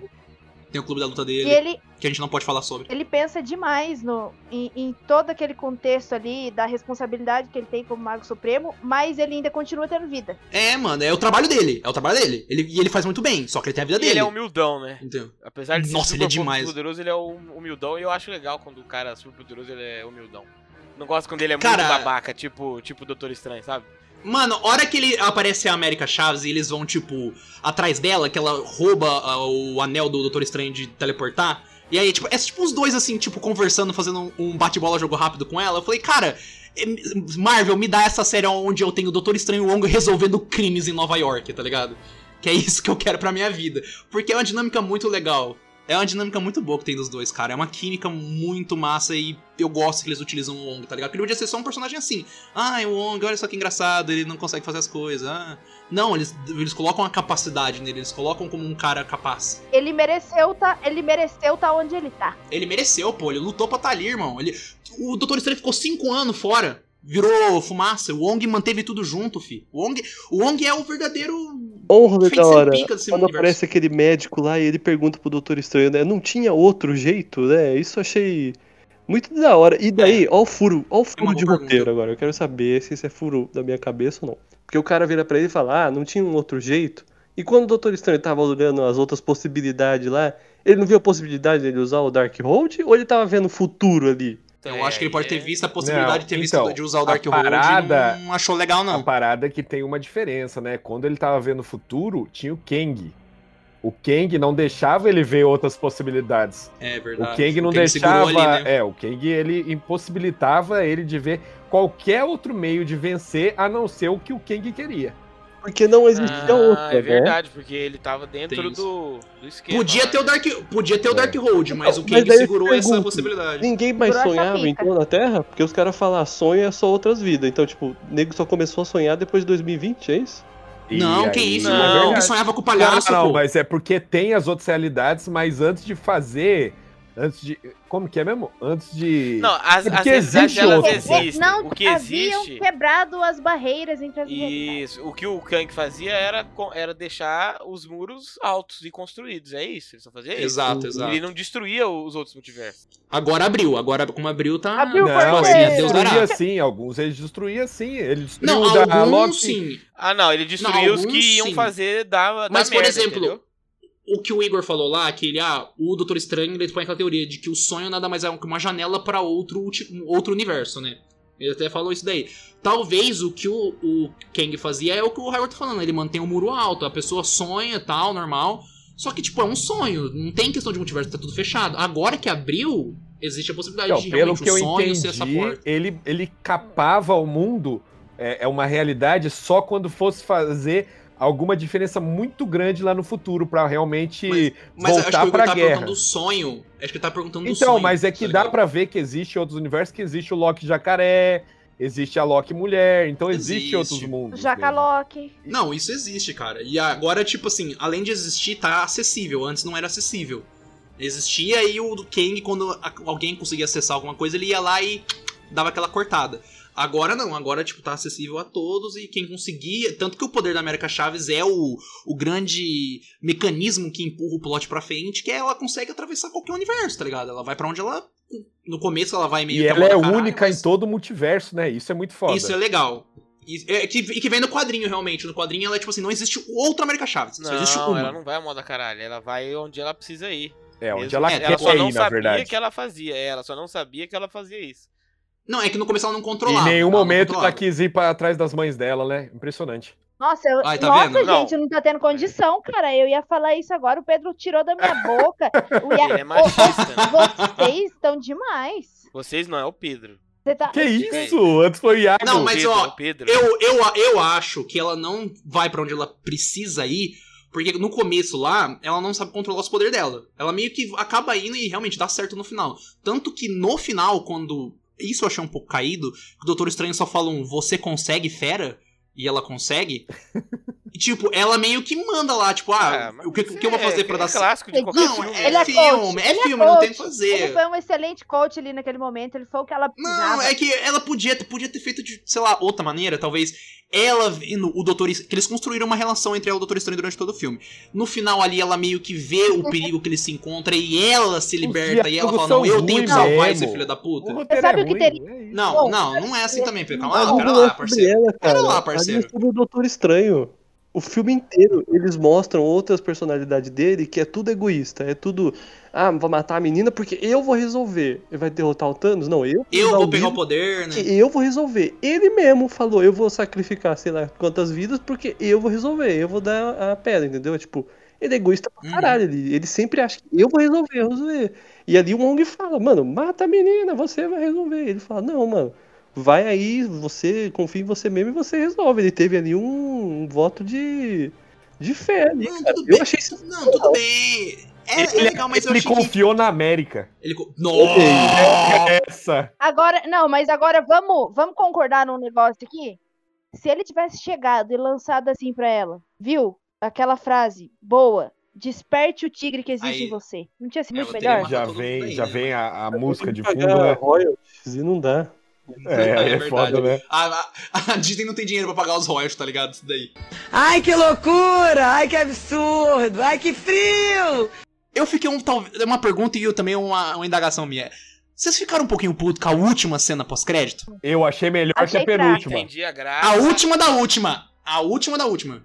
o clube da luta E dele, ele, que a gente não pode falar sobre. ele pensa demais no, em, em todo aquele contexto ali, da responsabilidade que ele tem como Mago Supremo, mas ele ainda continua tendo vida. É, mano, é o trabalho dele. É o trabalho dele. Ele, e ele faz muito bem, só que ele tem a vida E dele. um ele é humildão, né? Entendeu? Apesar de Nossa, ser ele é super demais. poderoso, ele é um- humildão. E eu acho legal quando o cara é super poderoso, ele é humildão. Não gosto quando ele é Cara- muito babaca, tipo, tipo o Doutor Estranho, sabe? Mano, a hora que ele aparece a América Chaves e eles vão, tipo, atrás dela, que ela rouba ah, o anel do Doutor Estranho de teleportar. E aí, tipo, é tipo os dois, assim, tipo, conversando, fazendo um- um bate-bola jogo rápido com ela. Eu falei, cara, em- Marvel, me dá essa série onde eu tenho o Doutor Estranho Longo resolvendo crimes em Nova York, tá ligado? Que é isso que eu quero pra minha vida. Porque é uma dinâmica muito legal. É uma dinâmica muito boa que tem dos dois, cara. É uma química muito massa e eu gosto que eles utilizam o Wong, tá ligado? Porque ele podia ser só um personagem assim. Ah, é o Wong, olha só que engraçado, ele não consegue fazer as coisas. Ah. Não, eles, eles colocam a capacidade nele, eles colocam como um cara capaz. Ele mereceu tá, ele mereceu tá onde ele tá. Ele mereceu, pô, ele lutou pra estar ali, irmão. Ele, o Doutor Estranho ficou cinco anos fora, virou fumaça. O Wong manteve tudo junto, fi. O Wong, o Wong é o verdadeiro. Honra feito da sem hora. pica desse Quando um universo. aparece aquele médico lá e ele pergunta pro Doutor Estranho, né? Não tinha outro jeito, né? Isso eu achei muito da hora. E daí, ó o furo, ó o furo É. uma de boa roteiro pergunta. agora. Eu quero saber se isso é furo da minha cabeça ou não. Porque o cara vira pra ele e fala, ah, não tinha um outro jeito. E quando o Doutor Estranho tava olhando as outras possibilidades lá, ele não viu a possibilidade dele usar o Dark Hold ou ele tava vendo o futuro ali? Então, eu acho que ele pode ter É, visto a possibilidade Não, de ter visto então, de usar o a Dark Hold parada- e não achou legal, um A não. parada é que tem uma diferença, né? Quando ele tava vendo o futuro, tinha o Kang. O Kang não deixava ele ver outras possibilidades. É O verdade. Kang segurou não deixava. ali, né? É, o Kang ele impossibilitava ele de ver qualquer outro meio de vencer a não ser o que o Kang queria. Porque não Ah, existia outro, é né? verdade, porque ele tava dentro Tem do, do esquema. Podia lá, ter o né? Dark, podia ter o É. Dark Hold, mas Então, o mas Kang daí eu segurou essa pergunto, possibilidade. Ninguém mais Grossa sonhava pica. então na Terra? Porque os caras falam sonho é só outras vidas. Então, tipo, o nego só começou a sonhar depois de 2020, é isso? E não, que aí- isso, não. É mano. verdade. Ele sonhava com o palhaço, não, não, pô. mas é porque tem as outras realidades, mas antes de fazer, antes de, como que é mesmo? Antes de Não, as, É as porque realidades existe elas outro. existem. Não um o que haviam existe. quebrado as barreiras entre as realidades. Isso. O que o Kang fazia era, co- era deixar os muros altos e construídos. É isso. Ele só fazia isso. Exato, Ele exato. não destruía os outros multiversos. Agora abriu, agora como abriu tá... Abriu o Não, porteiro. ele assim, Deus dará. destruía sim, alguns ele destruía sim, ele destruiu Não, o da alguns Loki. sim. Ah, não. Ele destruía os que alguns iam sim. fazer da, da Mas, por merda, exemplo, entendeu? O que o Igor falou lá, que ele, ah, o Doutor Estranho, ele põe aquela teoria de que o sonho nada mais é que uma janela pra outro, ulti- um outro universo, né? Ele até falou isso daí. Talvez o que o, o Kang fazia é o que o Howard tá falando, ele mantém o muro alto, a pessoa sonha tal, normal. Só que, tipo, é um sonho, não tem questão de multiverso, tá tudo fechado. Agora que abriu, existe a possibilidade Então, de pelo realmente que o eu sonho ser essa entendi, porta. ele, ele capava o mundo, é, é uma realidade, só quando fosse fazer alguma diferença muito grande lá no futuro, pra realmente Mas é um acho que o voltar Igor pra tá guerra. perguntando do sonho. Acho que ele tá perguntando do sonho. Então, mas é que tá dá ligado? pra ver que existe outros universos, que existe o Loki jacaré, existe a Loki mulher, então existe, Existe. outros mundos. mesmo. Jacaloque. Não, isso existe, cara. E agora, tipo assim, além de existir, tá acessível. Antes não era acessível. Existia e o do Kang, quando a- alguém conseguia acessar alguma coisa, ele ia lá e dava aquela cortada. Agora não, agora, tipo, tá acessível a todos e quem conseguia. Tanto que o poder da América Chaves é o, o grande mecanismo que empurra o plot pra frente, que ela consegue atravessar qualquer universo, tá ligado? Ela vai pra onde ela. No começo ela vai meio E que a ela moda é caralho, única mas- em todo o multiverso, né? Isso é muito foda. isso é legal. E, é, que, e que vem no quadrinho, realmente. No quadrinho, ela é tipo assim: não existe outra América Chaves. Não, só existe um. uma. ela não vai a moda caralho. Ela vai onde ela precisa ir. É, onde mesmo. ela, É, quer só não ir, na sabia verdade. que ela fazia. é, Ela só não sabia que ela fazia isso. Não, é que no começo ela não Em controlava. nenhum ela não momento ela tá controlava. quis ir pra trás das mães dela, né? Impressionante. Nossa, eu- Ai, tá nossa vendo? Não. gente, não. tá tendo condição, cara. Eu ia falar isso agora, o Pedro tirou da minha boca. O ia- Ele é Ô, ô, machista. né? vocês estão demais. Vocês não, é o Pedro. Você tá... Que diga aí. isso? Antes foi o Iago. Não, O mas, Pedro, ó, é o Pedro. Eu, eu, eu acho que ela não vai pra onde ela precisa ir. Porque no começo lá, ela não sabe controlar os poderes dela. Ela meio que acaba indo e realmente dá certo no final. Tanto que no final, quando. Isso eu achei um pouco caído. que O Doutor Estranho só fala um: Você consegue, fera? E ela consegue. E, Tipo, ela meio que manda lá, tipo, ah, Ah, mas o que, o isso que eu vou é- fazer pra é dar certo? clássico de qualquer Não, filme. é, Ele é filme, coach, é ele é filme, não tem o que coach. fazer. Ele foi um excelente coach ali naquele momento, ele foi o que ela precisava. Não, é que ela podia, ter- podia ter feito de, sei lá, outra maneira, talvez. Ela vendo o Doutor Estranho. Que eles construíram uma relação entre ela e o Doutor Estranho durante todo o filme. No final ali, ela meio que vê o perigo que ele se encontra e ela se liberta. E ela diálogos fala: Não, são eu tenho que ruins salvar mesmo. esse filho da puta. roteiro Sabe o que teria- é isso. Não, Bom, não, não é assim também, Pedro. Mas Calma lá, o pera vilão é lá, sobre parceiro. Ela, cara. lá, A parceiro. linha é sobre o Doutor Estranho. O filme inteiro, eles mostram outras personalidades dele que é tudo egoísta. É tudo. Ah, vou matar a menina porque eu vou resolver. Ele vai derrotar o Thanos? Não, eu. Eu dar vou o pegar o líder poder, né? e eu vou resolver. Ele mesmo falou, eu vou sacrificar sei lá quantas vidas porque eu vou resolver, eu vou dar a pedra, entendeu? Tipo, ele é egoísta pra Uhum. caralho. Ele, ele sempre acha que eu vou resolver, eu vou resolver. E ali o Wong fala, mano, mata a menina, você vai resolver. Ele fala, não, mano, vai aí, você confia em você mesmo e você resolve. Ele teve ali um, um voto de, de fé né? ali, Não, cara. tudo Eu bem. achei isso Não, tudo bem. É, é legal, mas eu Ele achei que. confiou na América. Ele... co- Nossa! Essa. Agora, não, mas agora vamos, vamos concordar num negócio aqui? Se ele tivesse chegado e lançado assim pra ela, viu? Aquela frase boa, desperte o tigre que existe Aí. em você. Não tinha sido Ela muito É, teria melhor? matado Já todo vem, mundo aí, já né? vem a, a música de fundo, pagar né? royalties e não dá. É, É é verdade. foda, né? A, a- a Disney não tem dinheiro pra pagar os royalties, tá ligado? Isso daí. Ai, que loucura! Ai, que absurdo! Ai, que frio! Eu fiquei um tal- uma pergunta e eu também uma, uma indagação minha. Vocês ficaram um pouquinho puto com a última cena pós-crédito? Eu achei melhor Achei que a Eu penúltima. Entendi a graça. A última da última. A última da última.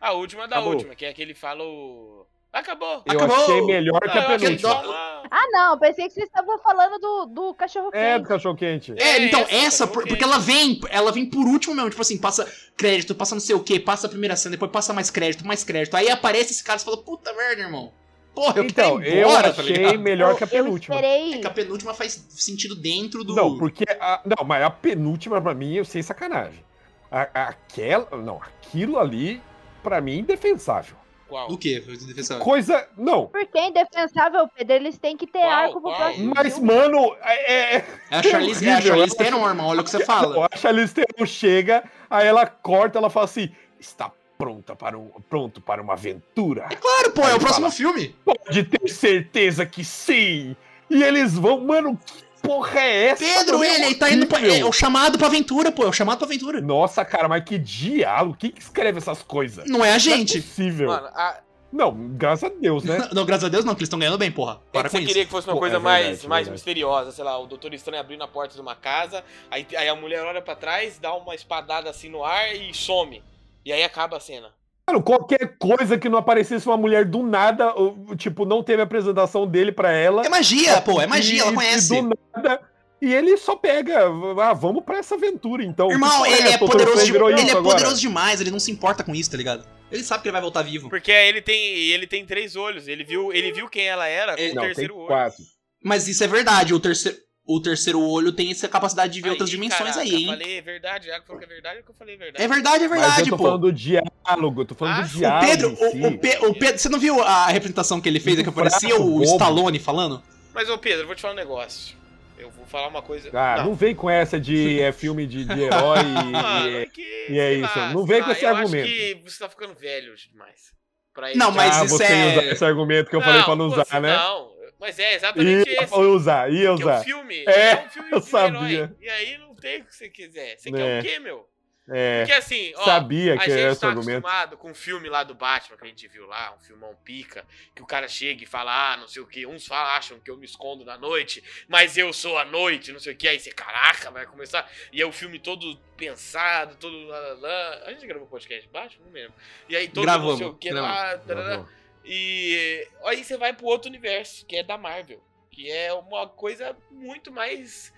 A última da Acabou. última, que é que ele fala o... Acabou. Eu Acabou. achei melhor que a Não, eu achei que penúltima. penúltima. fala- Ah, não, pensei que vocês estavam falando do, do cachorro É, do quente. cachorro quente. É, então, essa, tá por- bom, porque ela vem, ela vem por último mesmo, tipo assim, passa crédito, passa não sei o que, passa a primeira cena, depois passa mais crédito, mais crédito. Aí aparece esse cara e fala, puta merda, irmão. Porra, eu Então, quero ir eu embora, tá achei ligado? melhor que a Eu- eu penúltima. É esperei. que a penúltima faz sentido dentro do. Não, porque. A, não, mas a penúltima, pra mim, eu sem sacanagem. A- aquela. Não, aquilo ali, pra mim, é indefensável. Qual? Do quê? Defensor? Coisa. Não. Porque é indefensável, Pedro. Eles têm que ter Qual? arco pro Qual? próximo Mas, filme. mano, é. é- É a Charlize, é a Charlize horrível, eu acho- Theron, irmão, olha o que você fala. Não, a Charlize Theron chega, aí ela corta, ela fala assim: está pronta para um, pronto para uma aventura. Claro, pô, é o Aí próximo fala. filme. Pode ter certeza que sim. E eles vão, mano, que porra é essa? Pedro, mano? É ele, ele tá indo pra. horrível. É, é o chamado pra aventura, pô. É o chamado pra aventura. Nossa, cara, mas que diálogo. Quem que escreve essas coisas? Não é a Não é gente. possível. Mano, a... Não, graças a Deus, né? Não, não, graças a Deus não, que eles estão ganhando bem, porra. é Para que com você isso. queria que fosse uma Pô, coisa é verdade, mais, é mais verdade. misteriosa, sei lá, o Doutor Estranho é abrindo a porta de uma casa, aí, aí a mulher olha pra trás, dá uma espadada assim no ar e some. E aí acaba a cena. Mano, qualquer coisa que não aparecesse uma mulher do nada, ou, tipo, não teve apresentação dele pra ela. É magia, pô, é magia, E- ela e conhece. Do nada. E ele só pega. Ah, vamos pra essa aventura, então. Irmão, Que porra ele é essa? O poderoso Tolstói de- virou Ele isso é agora? poderoso demais, ele não se importa com isso, tá ligado? Ele sabe que ele vai voltar vivo. Porque ele tem, ele tem três olhos, ele viu, ele viu quem ela era Ele- com Não, o tem terceiro olho. quatro. Mas isso é verdade, o terceiro, o terceiro olho tem essa capacidade de ver outras Aí, dimensões caraca, aí, hein? Falei, é verdade, já que falou que é verdade, é que eu falei verdade. É verdade, é Mas eu verdade, tô pô. falando do diálogo, eu tô falando Ah, do sim. O diálogo. Pedro, em o, si. o Pe- o Pedro, você não viu a representação que ele fez, é que aparecia Fraco, o bobo. Stallone falando? Mas, ô Pedro, eu vou te falar um negócio. Eu vou falar uma coisa. Ah, não. vem com essa de é filme de, de herói Mano, e, é que, e é sei isso, lá, não sei vem com lá, esse eu argumento. Acho que você tá ficando velho demais. pra tipo Não, isso. mas ah, isso você é- ia usar esse argumento que eu falei pra não pô, usar, você- né? Não, mas é exatamente Ia esse. usar, ia Que é um usar. filme. É, um filme eu de sabia. E aí não tem o que você quiser. Você É. quer o quê, meu? É, Porque assim, ó. sabia a que era gente esse tá argumento. acostumado com o filme lá do Batman que a gente viu lá, um filmão pica, que o cara chega e fala, ah, não sei o que, uns falam, acham que eu me escondo na noite, mas eu sou a noite, não sei o que, aí você, caraca, vai começar, e é o filme todo pensado, todo lá, lá, lá. a gente gravou podcast de Batman? Não lembro. E aí todo não Gravamos, sei o que gravamos, lá, tarará. E aí você vai pro outro universo, que é da Marvel. Que é uma coisa muito mais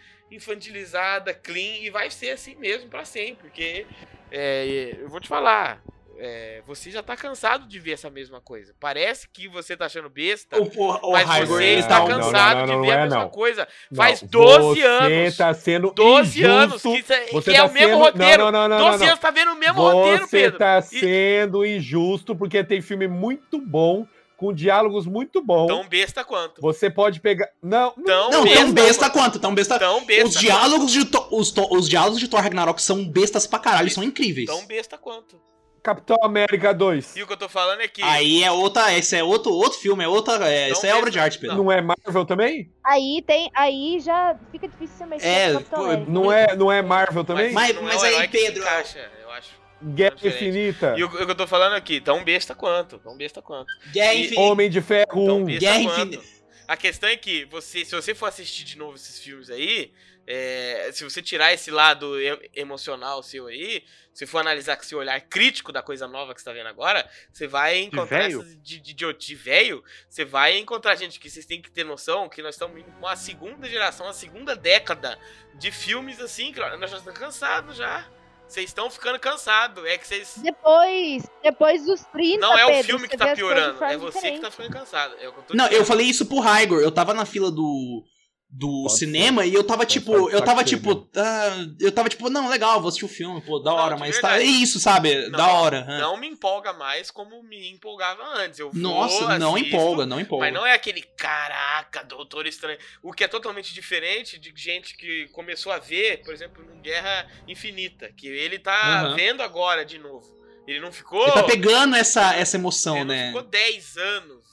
infantilizada, clean, e vai ser assim mesmo pra sempre. Porque é, eu vou te falar, é, você já tá cansado de ver essa mesma coisa. Parece que você tá achando besta, O, o, o mas Raigor, você ele está Não, não, cansado não, não, de ver não a é, mesma não. coisa. Não, Faz 12 Você anos. tá sendo 12 anos que, injusto. isso é- Você que é tá o mesmo sendo- roteiro. Não, não, não, não, 12 não. anos tá vendo o mesmo roteiro, Você Pedro. tá E- sendo injusto porque tem filme muito bom, com diálogos muito bons. Tão besta quanto. Você pode pegar. Não, Tão Não, besta, tão besta quanto, tão besta. Tão besta. os, quanto. diálogos de To- os, To- os diálogos de Thor Ragnarok são bestas pra caralho, são incríveis. Tão besta quanto. Capitão América 2. E o que eu tô falando é que. Aí é outra. Esse é outro, outro filme, é outra. É, Não isso é obra de mesmo, arte, Pedro. Não é Marvel também? Aí tem. Aí já fica difícil você mexer É, com o Capitão pô, América. Não é, não é Marvel também? Mas- não mas o aí, herói que se Pedro, É. encaixa, eu acho. Guerra diferente. Infinita. E o, o que eu tô falando aqui, tão besta quanto. Tão besta quanto. Guerra E- Infinita. Homem de Ferro Tão 1. besta Guerra quanto. Infinita. é A questão é que, você, se você for assistir de novo esses filmes aí, é, se você tirar esse lado e- emocional seu aí, se for analisar com seu olhar crítico da coisa nova que você tá vendo agora, você vai encontrar véio? essas de, de, de, de velho, você vai encontrar gente que vocês têm que ter noção que nós estamos indo com a segunda geração, a segunda década de filmes assim, que nós já estamos cansados já. Vocês estão ficando cansados. É que vocês. Depois, depois dos 30, Não é o Pedro, filme que você tá vê as coisas de piorando, forma é você que diferente. tá ficando cansado. É o que eu tô Não, eu dizendo. falei isso pro Raigor. Eu tava na fila do. Do Pode cinema e eu tava Pode tá tipo, ser, eu tava pode ser, tipo, ah, eu tava tipo, não, legal, vou assistir o filme, pô, da Não, hora, de mas tá. É verdade. isso, sabe? Não, da hora. hã. Não me empolga mais como me empolgava antes. Eu vou, Nossa, não assisto, empolga, não empolga. Mas não é aquele caraca, Doutor Estranho. O que é totalmente diferente de gente que começou a ver, por exemplo, no Guerra Infinita, que ele tá Aham. vendo agora de novo. Ele não ficou. Ele tá pegando essa, essa emoção, ele não né? ficou 10 anos.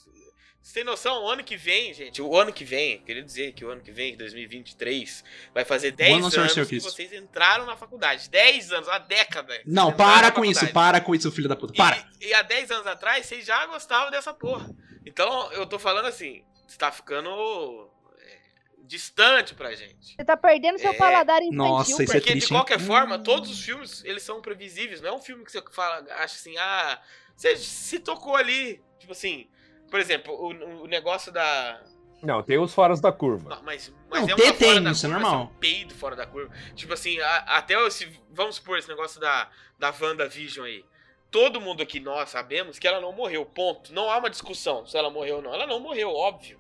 Você tem noção? O ano que vem, gente, o ano que vem, queria dizer que o ano que vem, 2023, vai fazer 10 One Last anos Service. que vocês entraram na faculdade. 10 anos, uma década. que Não, vocês entraram para na com isso, faculdade. para com isso, filho da puta. Para. E, e há 10 anos atrás, vocês já gostavam dessa porra. Então, eu tô falando assim, você tá ficando é, distante pra gente. Você tá perdendo seu É. paladar infantil. Nossa, isso é Porque, de triste. hein? qualquer forma, todos os filmes, eles são previsíveis. Não é um filme que você fala, acha assim, ah... Você se tocou ali, tipo assim... Por exemplo, o, o negócio da... Não, tem os fora da curva. Não, mas, mas Não, é uma ter fora tem, da isso é curva, normal. um peido fora da curva. Tipo assim, a- até esse, vamos supor esse negócio da, da WandaVision aí. Todo mundo aqui nós sabemos que ela não morreu, ponto. Não há uma discussão se ela morreu ou não. Ela não morreu, óbvio.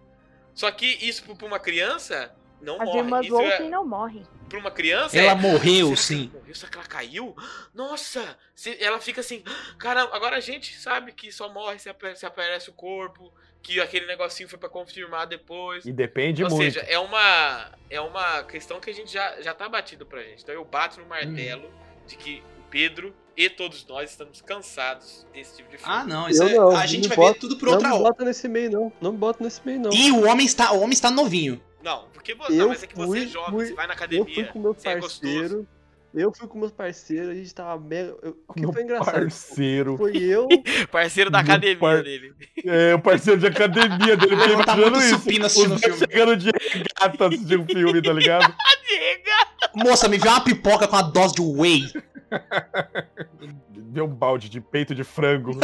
Só que isso pra uma criança não As morre. irmãs Isso é- Olsen não morrem. pra uma criança Ela é, morreu, será que sim. ela morreu? Será que ela caiu? Nossa! Se- ela fica assim, caramba, agora a gente sabe que só morre se, apa- se aparece o corpo, que aquele negocinho foi pra confirmar depois. E depende Ou muito. seja, é uma, é uma questão que a gente já, já tá batido pra gente. Então eu bato Hum. no martelo de que o Pedro e todos nós estamos cansados desse tipo de filme. Ah, não, isso Eu é, não, a não gente vai bota- ver tudo por Não outra me hora. bota nesse meio, não. Não me bota nesse meio, não. E o homem está, o homem está novinho. Não, porque você, Eu mas é que você é fui- jovem, fui- você vai na Eu fui academia. com meu você é gostoso. parceiro. eu fui com meus parceiros, a gente tava mega. eu- O que Meu foi engraçado? parceiro. Foi eu. Parceiro da Meu academia par- dele. É, o parceiro de academia dele Levanta tá imaginando muito isso. supino Os assistindo o dois filme. chegando de regata assistindo filme, tá ligado? Diga! Moça, me vê uma pipoca com uma dose de whey. Deu um balde de peito de frango.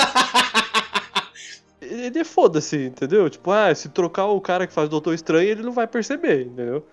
Ele é foda-se, entendeu? Tipo, ah, se trocar o cara que faz o Doutor Estranho, ele não vai perceber, entendeu?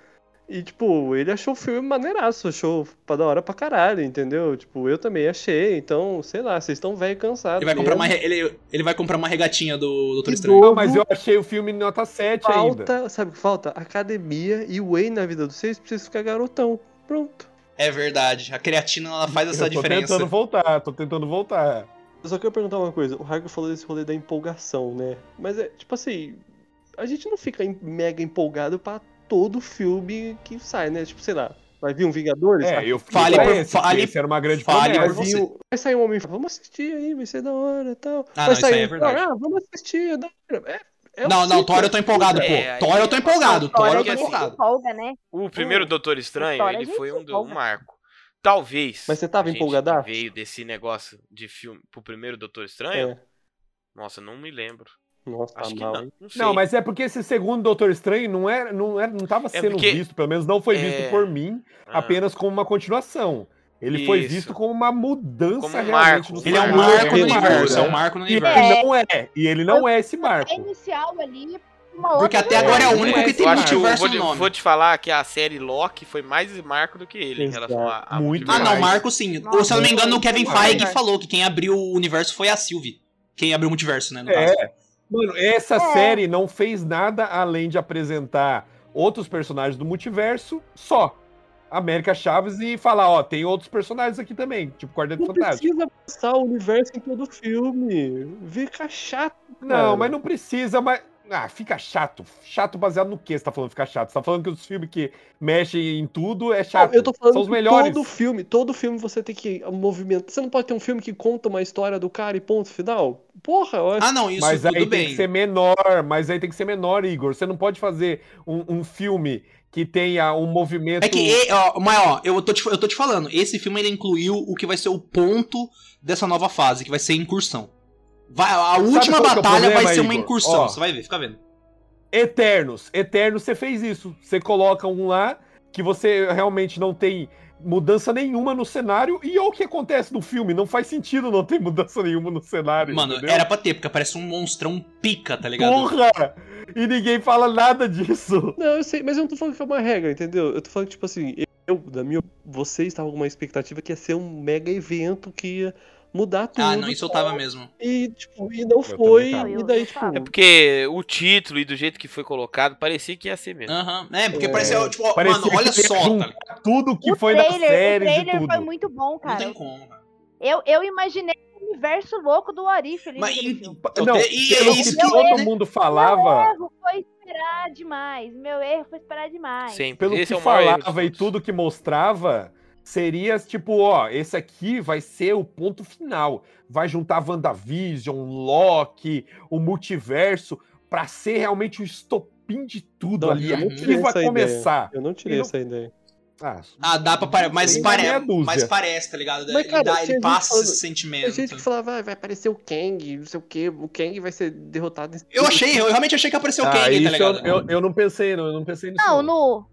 E, tipo, ele achou o filme maneiraço, achou pra da hora pra caralho, entendeu? Tipo, eu também achei, então, sei lá, vocês estão velho e cansado. Ele vai comprar mesmo. uma, re- ele, ele vai comprar uma regatinha do Doutor Que Estranho. Não, mas eu achei o filme nota 7 ainda. Falta, sabe o que falta? Academia e whey na vida de vocês pra vocês ficar garotão. Pronto. É verdade, a creatina ela faz essa eu tô diferença. tentando voltar, tô tentando voltar. Eu só quero perguntar uma coisa. O Hargo falou desse rolê da empolgação, né? Mas é, tipo assim, a gente não fica em- mega empolgado pra todo filme que sai, né? Tipo, sei lá, vai vir um Vingadores? Ah, É, eu Fale pra por- esse, fale- porque esse era uma grande fale por vai, promessa. você. vir um- vai sair um homem vamos assistir aí, vai ser da hora e tal. Ah, vai não, isso sair aí é um Thor, verdade. ah, vamos assistir, é da hora. É- é um Não, não, ciclo. Thor eu tô empolgado, pô. É, aí- Thor eu tô empolgado, Tá, Thor é eu tô Porque, assim, empolgado. Folga, né? O primeiro Hum. Doutor Estranho, história, ele gente, foi um, do- empolga. um marco. Talvez. Mas você tava a gente empolgadaço? que Veio desse negócio de filme pro primeiro Doutor Estranho? É. Nossa, não me lembro. Nossa, tá Acho que mal, não. hein? Não, sei. Não, mas é porque esse segundo Doutor Estranho não, era, não, era, não É tava sendo porque- visto, pelo menos não foi visto É. por mim, Ah, apenas como uma continuação. Ele foi Isso. visto como uma mudança Como um realmente marco. nos Ele é um quadrinhos. marco no Marvel, universo, é um né? marco no E ele universo. não é. E ele não é esse É marco. inicial ali uma outra. Porque até agora é o único que tem eu acho que eu multiverso vou, no te, nome. vou te falar que a série Loki foi mais marco do que ele em relação a, a Muito Ah, multiverso. não, Marco sim. Ou, se eu não me engano, o Kevin Marvel. Feige falou que quem abriu o universo foi a Sylvie. Quem abriu o multiverso, né? No É. caso. Mano, essa É. série não fez nada além de apresentar outros personagens do multiverso só. América Chaves e falar, ó, tem outros personagens aqui também, tipo É Quarteto Não Fantástico. precisa passar o universo em todo filme. Fica chato. Não, cara. mas não precisa, mas Ah, fica chato. Chato baseado no que você tá falando fica chato? Você tá falando que os filmes que mexem em tudo é chato. Eu tô São falando os que melhores. todo filme, todo filme você tem que movimentar. Você não pode ter um filme que conta uma história do cara e ponto final. Porra, eu acho. Ah, não, isso mas aí tudo tem bem. que ser menor, mas aí tem que ser menor, Igor. Você não pode fazer um, um filme que tenha um movimento. É que, e- ó, mas ó, eu tô, te, eu tô te falando, esse filme ele incluiu o que vai ser o ponto dessa nova fase, que vai ser a incursão. Vai, a última qual que é o batalha vai problema, ser uma Igor? incursão, Ó. você vai ver, fica vendo. Eternos. Eternos, você fez isso. Você coloca um lá que você realmente não tem mudança nenhuma no cenário. E olha o que acontece no filme. Não faz sentido não ter mudança nenhuma no cenário. Mano, entendeu? era pra ter, porque parece um monstrão pica, tá ligado? Porra! E ninguém fala nada disso. Não, eu sei, mas eu não tô falando que é uma regra, entendeu? Eu tô falando, tipo assim, eu, da minha. Vocês estavam com uma expectativa que ia ser um mega evento que ia mudar tudo. Ah, não, isso eu tava mesmo. E, tipo, e não também foi. tava. E daí, Eu né, tipo. tava. É porque o título e do jeito que foi colocado, parecia que ia ser mesmo. Aham, é, porque É, pareceu, tipo, ó, parecia mano, olha que ia só, tá juntar ligado? Tudo que o foi trailer, na série o de trailer tudo. foi muito bom, Não cara. tem como. cara. Eu, eu imaginei o universo louco do Orif ali. Mas, naquele em- filme. eu Não, te- e é Pelo isso que que eu- todo né? mundo Meu falava, erro foi esperar demais. Meu erro foi esperar demais. Sempre. pelo Esse que é o maior erro de falava e todos. tudo que mostrava, seria tipo, ó, esse aqui vai ser o ponto final. Vai juntar WandaVision, Loki, o multiverso, pra ser realmente o estopim de tudo Não, ali. eu não Aqui tive essa vai ideia. começar. Eu não tirei E não- essa ideia. Ah, Ah, dá pra parar, mas, Tem pare... meia dúzia. mas parece, tá ligado? Mas, ele cara, dá, tinha ele gente passa falando- esse Tem sentimento. gente que falava, ah, vai aparecer o Kang, não sei o que, o Kang vai ser derrotado. Eu achei, eu realmente achei que apareceu o ah, Kang, tá isso eu, ligado? eu, eu não pensei, não, eu não pensei nisso. Não, não. no.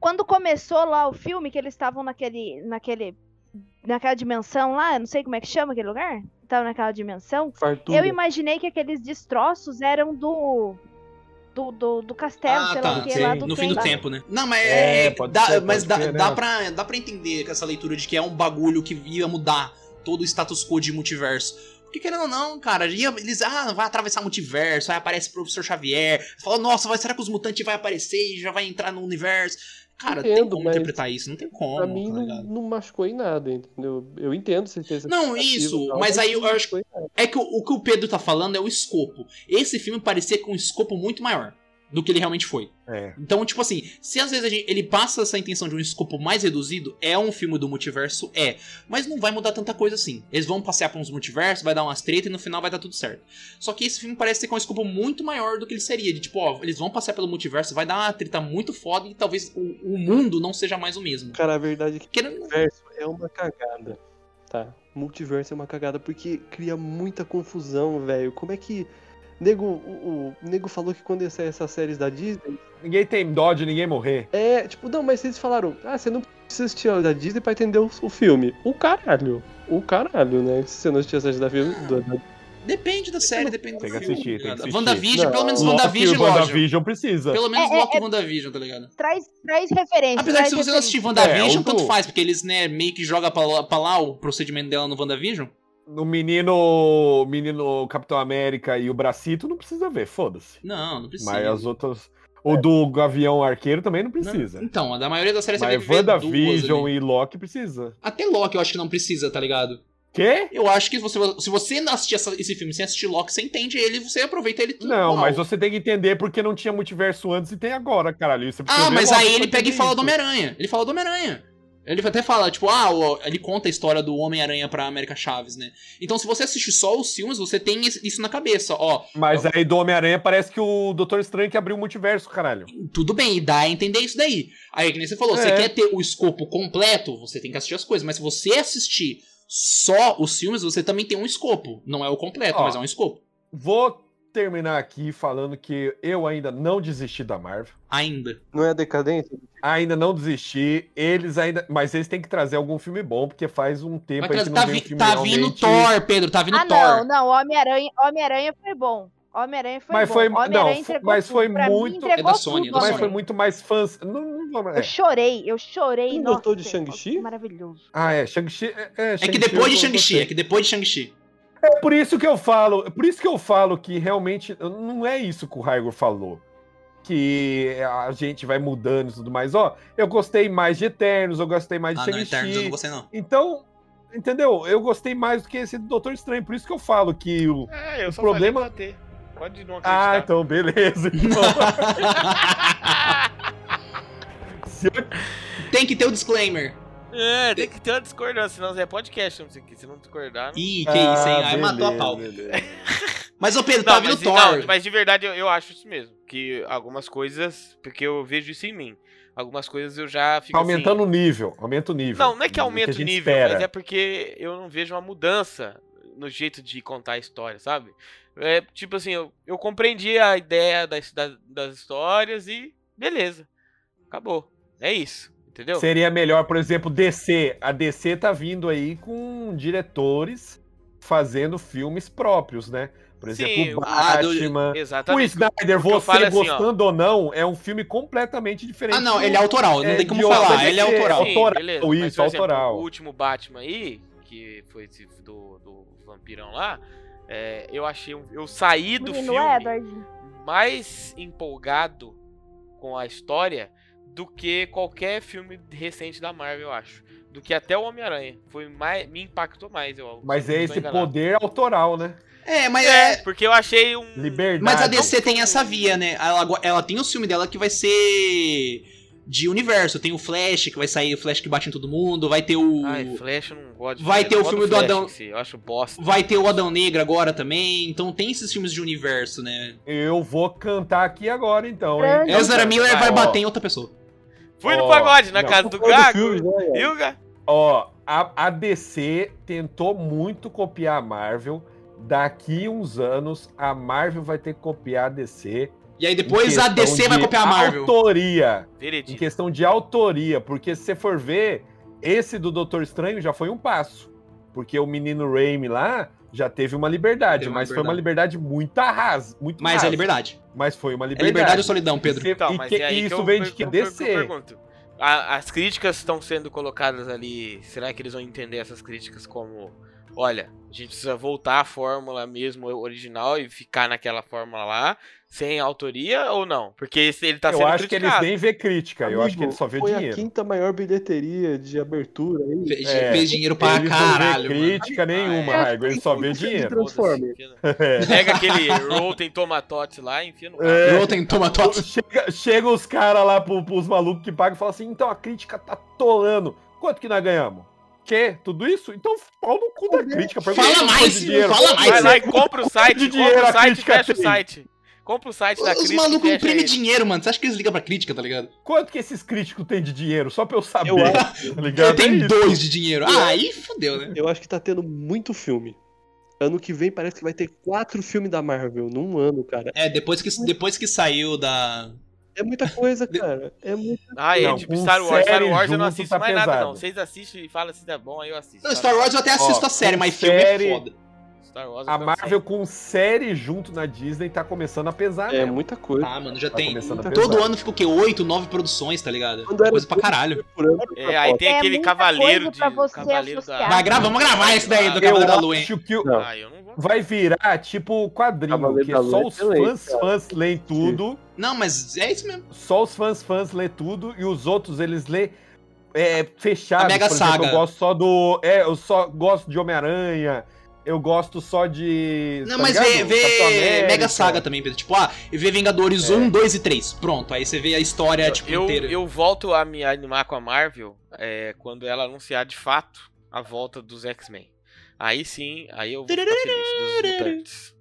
Quando começou lá o filme, que eles estavam naquele. naquele. naquela dimensão lá, eu não sei como é que chama aquele lugar. Estavam naquela dimensão. Fartura. Eu imaginei que aqueles destroços eram do. Do, do, do castelo, Ah, sei lá tá. o que, sim. é lá do no fim do tempo. tempo, né? Não, mas É, é, pode dá, ser, pode mas dá, ser, né? dá, pra, dá pra entender com essa leitura de que é um bagulho que ia mudar todo o status quo de multiverso. Porque querendo ou não, cara, ia- eles, ah, vai atravessar multiverso, aí aparece o professor Xavier, fala, nossa, vai, será que os mutantes vai aparecer e já vai entrar no universo? Cara, tem Entendo, como mas interpretar isso, não tem como, Pra mim, tá não, ligado? não machucou em nada, entendeu? Eu entendo vocês terem essa Não, expectativa isso, e tal, mas aí eu não acho- machucou em nada. É que o, o que o Pedro tá falando é o escopo. Esse filme parecia com um escopo muito maior do que ele realmente foi. É. Então, tipo assim, se às vezes a gente- ele passa essa intenção de um escopo mais reduzido, é um filme do multiverso, é. Mas não vai mudar tanta coisa assim. Eles vão passear por uns multiversos, vai dar umas treta e no final vai dar tudo certo. Só que esse filme parece ter com um escopo muito maior do que ele seria. De tipo, ó, eles vão passear pelo multiverso, vai dar uma treta muito foda e talvez o, o mundo não seja mais o mesmo. Cara, a verdade é que Querendo- multiverso é uma cagada, tá? Multiverso é uma cagada porque cria muita confusão, velho. Como é que. Nego, o, o Nego falou que quando ia sair essas séries da Disney. Ninguém tem dó de ninguém morrer. É, tipo, não, mas vocês falaram, ah, você não precisa assistir a da Disney pra entender o, o filme. O caralho. O caralho, né? Se você não assistir a série da filme. do- do- Depende da série, depende Tem do que filme. assistir, tem tá ligado? que assistir. WandaVision, pelo menos Loki WandaVision, e lógico. WandaVision precisa. Pelo menos É, é, tipo Loki e WandaVision, tá ligado? Traz, traz referência. Apesar traz que se você não referência. assistir WandaVision, É, o tanto do- faz, porque eles, né, meio que jogam pra lá, pra lá o procedimento dela no WandaVision. No menino, menino Capitão América e o Bracito não precisa ver, foda-se. Não, não precisa. É. Mas é as outras. O do Gavião Arqueiro também não Não, precisa. Então, a da maioria das séries você vai Mas ver duas WandaVision ali. e Loki precisa. Até Loki eu acho que não precisa, tá ligado? Quê? Eu acho que você, se você não assistir essa- esse filme sem assistir Loki, você entende ele, você aproveita ele tudo. Não, igual. mas você tem que entender porque não tinha multiverso antes e tem agora, caralho. é Você precisa Ah, ver mas Loki aí pra ele pega e entender fala isso. do Homem-Aranha. Ele fala do Homem-Aranha. Ele até fala, tipo, ah, o- ele conta a história do Homem-Aranha pra América Chaves, né? Então, se você assistir só os filmes, você tem esse- isso na cabeça, ó. Mas aí do Homem-Aranha parece que o Doutor Estranho que abriu o multiverso, caralho. Tudo bem, e dá a entender isso daí. Aí, que nem você falou, você É. quer ter o escopo completo, você tem que assistir as coisas. Mas se você assistir só os filmes, você também tem um escopo. Não é o completo, Ó. mas é um escopo. Vou terminar aqui falando que eu ainda não desisti da Marvel. Ainda. Não é decadente? Ainda não desisti. Eles ainda. Mas eles têm que trazer algum filme bom, porque faz um tempo Mas, aí que cara, não tá, tem um vi- filme tá vindo realmente- Thor, Pedro, tá vindo Ah, não, Thor. não. Homem-Aranha Homem foi bom. Homem-Aranha foi Mas bom. foi- Homem-Aranha não, entregou mas tudo. foi Pra mim, muito- entregou É da Sony, tudo, é da Mas Sony. foi muito mais fãs. Não, não vamos. Eu é. chorei, eu chorei. Você nossa, gostou de Shang-Chi? Maravilhoso. Ah, é. Shang-Chi. É, É é, que Shang-Chi depois de eu gostei. Shang-Chi, é que depois de Shang-Chi. É por isso que eu falo, é por isso que eu falo que realmente não é isso que o Raigor falou. Que a gente vai mudando e tudo mais. Ó, eu gostei mais de Eternos, eu gostei mais de Ah, não, Eternos eu não Shang-Chi. gostei, não. Então, entendeu? Eu gostei mais do que esse do Doutor Estranho. Por isso que eu falo que o. É, eu O só problema- falei pra ter. Pode não acreditar. Ah, então beleza. Então. Se eu- Tem que ter o disclaimer. então- É, tem que ter uma discordância, senão é podcast, não sei o que. Se não discordar, não. Ih, que isso, hein? Ah, Aí matou a beleza, pau. beleza. Mas, ô Pedro, tá Não, vindo mas, Thor. não, mas de verdade eu, eu acho isso mesmo. Que algumas coisas, porque eu vejo isso em mim. Algumas coisas eu já Tipo fico Tá assim, aumentando o nível. Aumenta o nível. Não, não é que do aumenta o a gente nível, espera. mas é porque eu não vejo uma mudança no jeito de contar a história, sabe? É tipo assim, eu, eu compreendi a ideia das, das, das histórias e beleza. Acabou. É isso, entendeu? Seria melhor, por exemplo, DC. A DC tá vindo aí com diretores fazendo filmes próprios, né? Por exemplo, Sim, o o- Ah, do- Batman. O Exatamente. Snyder, que eu falo você é assim, ó. gostando ou não, é um filme completamente diferente. Ah, não, do- ele é autoral, não É, tem como de outra falar. DC, Ele é autoral. sim. autoral, isso, assim, por exemplo, autoral. O último Batman aí, que foi esse do, do vampirão lá, é, eu achei. um- eu saí do Menino é, filme Edward. mais empolgado com a história do que qualquer filme recente da Marvel, eu acho. Do que até o Homem-Aranha. Foi mais. Me impactou mais, eu Mas se eu é não tô esse enganado. poder autoral, né? É, mas É, é. porque eu achei um. Liberdade. Mas a DC tem essa via, né? Ela, agora- ela tem o filme dela que vai ser de universo. Tem o Flash, que vai sair, o Flash que bate em todo mundo. Vai ter o. Ai, Flash eu não gosto de Vai ver, ter eu o gosto filme do Flash Adão- em si, eu acho bosta. Vai ter o Adão Negro agora também. Então tem esses filmes de universo, né? Eu vou cantar aqui agora, então, Grande. hein? Ezra Miller vai, vai ó. bater em outra pessoa. Fui no Ó, pagode, na não. casa do Fora do Gago. filme, né? Viu, Gago? Ó, a, a DC tentou muito copiar a Marvel. Daqui uns anos, a Marvel vai ter que copiar a DC. E aí em depois a questão DC vai de copiar a Marvel. Autoria. Em Veredito. questão de autoria, porque se você for ver, esse do Doutor Estranho já foi um passo. Porque o menino Raimi lá já teve uma liberdade, Teve uma mas foi uma liberdade muito arrasa. Muito Mas rasa, é liberdade. Mas foi uma É liberdade. liberdade ou solidão, Pedro? E, Então, e mas que- é aí e isso eu vem per- de que eu per- eu DC. pergunto. A- as críticas estão sendo colocadas ali. Será que eles vão entender essas críticas como. Olha, a gente precisa voltar à fórmula mesmo original e ficar naquela fórmula lá, sem autoria ou não? Porque esse- ele tá eu sendo acho que eles criticado. nem vê crítica, eu acho que eles só vê foi a dinheiro. quinta maior bilheteria de abertura aí. Fez, É. fez dinheiro pra eles não vê caralho. mano. crítica nenhuma, Ah, é. Raigo, eles só vê Foda-se. dinheiro. Transformer. Foda-se, enfia no- Pega aquele Rotten Tomatoes lá e enfia no. rabo. É. Rotten Tomatoes. Chega, chega os caras lá pro, pros malucos que pagam e falam assim: então a crítica tá tolando. Quanto que nós ganhamos? Quê? Tudo isso? Então pau no cu da crítica. pergunta Fala quanto mais, foi um de dinheiro. fala mais. Vai lá e compra o site, é dinheiro compra a o site, crítica fecha o tem. site. Compra o site da Os crítica. e malucos fecha imprimem ele. dinheiro, mano. Você acha que eles ligam pra crítica, tá ligado? Quanto que esses críticos têm de dinheiro? Só pra eu saber. Eu tá Eu ligado? É tenho isso. dois de dinheiro. Ah, aí fodeu, né? Eu acho que tá tendo muito filme. Ano que vem parece que vai ter quatro filmes da Marvel num ano, cara. É, depois que, depois que saiu da. É muita coisa, cara. É muito. Ah, é, Não, tipo com Star Wars. Star série Wars eu não junto assisto tá mais nada, não. pesado. Vocês assistem e falam se tá bom, aí eu assisto. Não, Star Wars eu até assisto Ó, a série, mas filme série- é foda. Star Wars é eu A não Marvel com série junto na Disney tá começando a pesar, É mesmo. muita coisa. Ah, mano, já Tá tem. começando a Todo pesar. ano fica o quê? Oito, nove produções, tá ligado? Quando era Coisa pra caralho. Ah, Por ano, sei. É, aí tem É aquele muita cavaleiro coisa de. pra você cavaleiro associar. Vai gravar, vamos gravar esse daí do Eu Cavaleiro da Lua, hein? acho que o- Não. Ah, eu não vou. vai virar tipo o quadrinho, Cavaleiro que da Lua só é os excelente, fãs, cara. fãs leem tudo. Não, mas é isso mesmo. só os fãs fãs lê tudo e os outros eles lê é, fechado. A Mega Saga. eu gosto só do. É, eu só gosto de Homem-Aranha. Eu gosto só de. Não, tá mas vê, ligado? Capitão vê América. É. Mega Saga também, Pedro. Tipo, ah, vê Vingadores 1, 2 e 3. Pronto, aí você vê a história, tipo, Eu, inteira. eu volto a me animar com a Marvel é, quando ela anunciar de fato a volta dos X-Men. Aí sim, aí eu vou ficar feliz dos mutantes.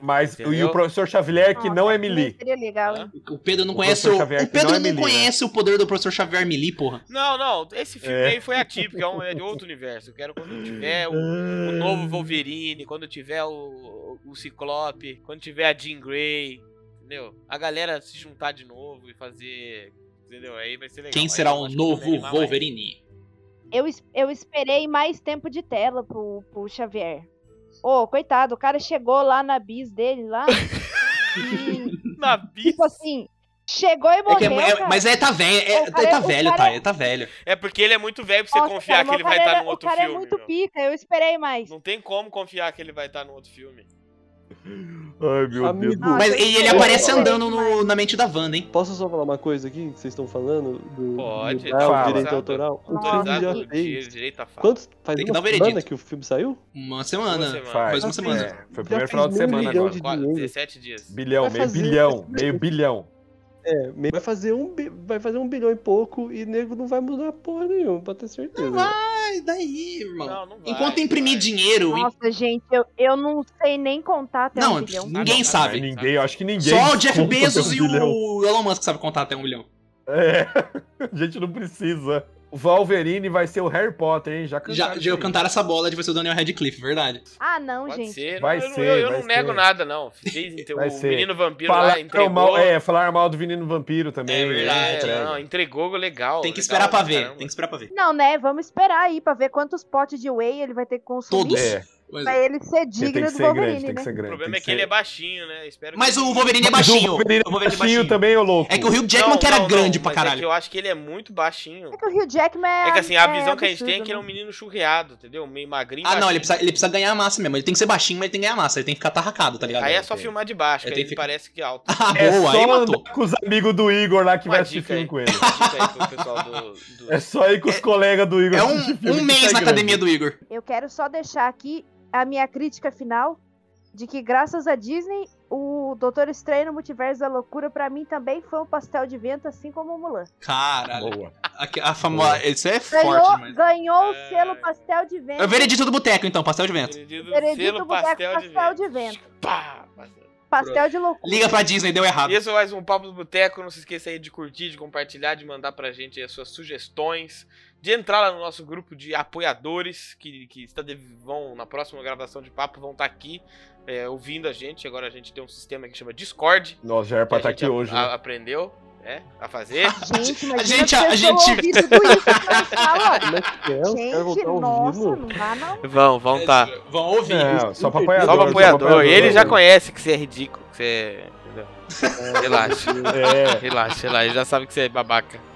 Mas Entendeu? e o professor Xavier, que não é Melee. Seria legal, hein? Hã? O Pedro não O conhece o. professor O Xavier que Pedro não não, é Melee, né? conhece o poder do professor Xavier Melee, porra. Não, não, esse filme É. aí foi atípico, é, um, é de outro universo. Eu quero quando tiver o o Hum. novo Wolverine, quando tiver o, o Ciclope, quando tiver a Jean Grey, entendeu? A galera se juntar de novo e fazer, entendeu? Aí vai ser legal. Quem Aí será é eu o acho que eu vou me novo animar mais. Wolverine? Eu, es- eu esperei mais tempo de tela pro, pro Xavier. Ô, coitado, o cara chegou lá na bis dele lá. e, Na bis. tipo assim, chegou e É que é- morreu. é- cara. mas é, tá velho, é, O ele cara é- tá o velho, cara tá, é- ele tá velho. É porque ele é muito velho pra você Nossa, confiar cara, que ele o vai tá cara estar era- num outro O cara filme. é muito meu. pica, eu esperei mais. Não tem como confiar que ele vai estar num outro tá filme. Ai, meu Deus. Amigo, Mas ele, ele eu- aparece eu- andando no- na mente da Wanda, hein? Posso só falar uma coisa aqui que vocês estão falando? Do, Pode, mudar fala. o direito autoral? O filme Autorizado já pelo fez. direito a falar. Quantos, faz Tem que dar uma um semana veredito. que o filme saiu? Uma semana. Uma semana. Faz uma semana. É, foi o Já primeiro fez final um de meio semana milhão agora. de Quase, dinheiro. 17 dias. Bilhão, Vai meio fazer- bilhão, meio bilhão. É, meio- vai fazer, um, bi- vai fazer um bilhão e pouco e nego não vai mudar porra nenhuma, pode ter certeza. Ai, daí, irmão. Não, não vai, Enquanto não imprimir vai. dinheiro. em- Nossa, gente, eu, eu não sei nem contar até Não, um bilhão. ninguém Ah, não, sabe. vai. Ninguém, eu acho que ninguém. Só o Jeff conta Bezos um e bilhão. o Elon Musk sabem contar até um bilhão. É, a gente não precisa. O Wolverine vai ser o Harry Potter, hein? Já Já, cantaram. já isso aí. cantaram essa bola de você o Daniel Radcliffe, verdade. Ah, não, Pode gente. ser. Vai eu, não- ser, eu, eu vai não nego ser. nada, não. Fez, então, Vai o ser. menino vampiro lá Falar entregou. mal, é, falar mal do Veneno Vampiro também. É né? verdade, É, Entrega. não, entregou legal. Tem legal que esperar pra ver. caramba. Tem que esperar pra ver. Não, né? Vamos esperar aí pra ver quantos potes de whey ele vai ter que consumir. Todos. É, Mas, Pra ele ser porque tem digno que do ser grande, Wolverine, tem que né? ser O grande. problema tem é que ele é baixinho, né? Espero mas que... o Wolverine é Do baixinho. Wolverine O Wolverine é baixinho baixinho. também, ô louco. É que o Hugh Jackman Não, que era não, não, grande pra mas é caralho. que eu acho que ele é muito baixinho. É que o Hugh Jackman é. É que assim, a visão que a gente absurdo, tem é que ele é um né? menino churreado, entendeu? Meio magrinho. Ah, não, baixinho. ele precisa, ele precisa ganhar massa mesmo. Ele tem que ser baixinho, mas ele tem que ganhar massa. Ele tem que ficar tarracado, tá ligado? Aí é só filmar de baixo, É, que aí tem ele que- parece que é alto. Ah, É boa, aí só matou. andar com os amigos do Igor lá que Uma vai assistir dica aí. filme com ele. Dica aí pro pessoal do. do- É só ir com os colegas do Igor. É assistir um, filme um que mês sai na grande. academia do Igor. Eu quero só deixar aqui a minha crítica final de que, graças a Disney, o Doutor Estranho no Multiverso da Loucura, pra mim, também foi um pastel de vento, assim como o Mulan. Caralho. Boa. A, a famosa. Isso é forte, Ganhou, mas. ganhou o É. selo pastel de vento. É o veredito do boteco, então, pastel de vento. Veredito, Veredito, selo, boteco, pastel de vento. pastel de vento. Pá, pastel. Pastel de loucura. Liga pra Disney, deu errado. E esse é mais um Papo do Boteco. Não se esqueça aí de curtir, de compartilhar, de mandar pra gente aí as suas sugestões, de entrar lá no nosso grupo de apoiadores que, que está de- vão na próxima gravação de papo, vão estar aqui é, ouvindo a gente. Agora a gente tem um sistema que chama Discord. Nossa, já era que pra a estar gente aqui a- hoje. né? É, então, a- aprendeu né, a fazer. Gente, A imagina gente- as a pessoas gente- ouvir tudo isso que eu falo. Como é que é? Os caras vão Gente, estar nossa, ouvindo? não dá não. Vão, vão tá. Vão ouvir. Não, né? É, só pra Só apoiador. um apoiador. pra Ele já apoiador. conhece que você é ridículo, que você é. entendeu? Relaxa, É. relaxa, relaxa. Ele já sabe que você é babaca.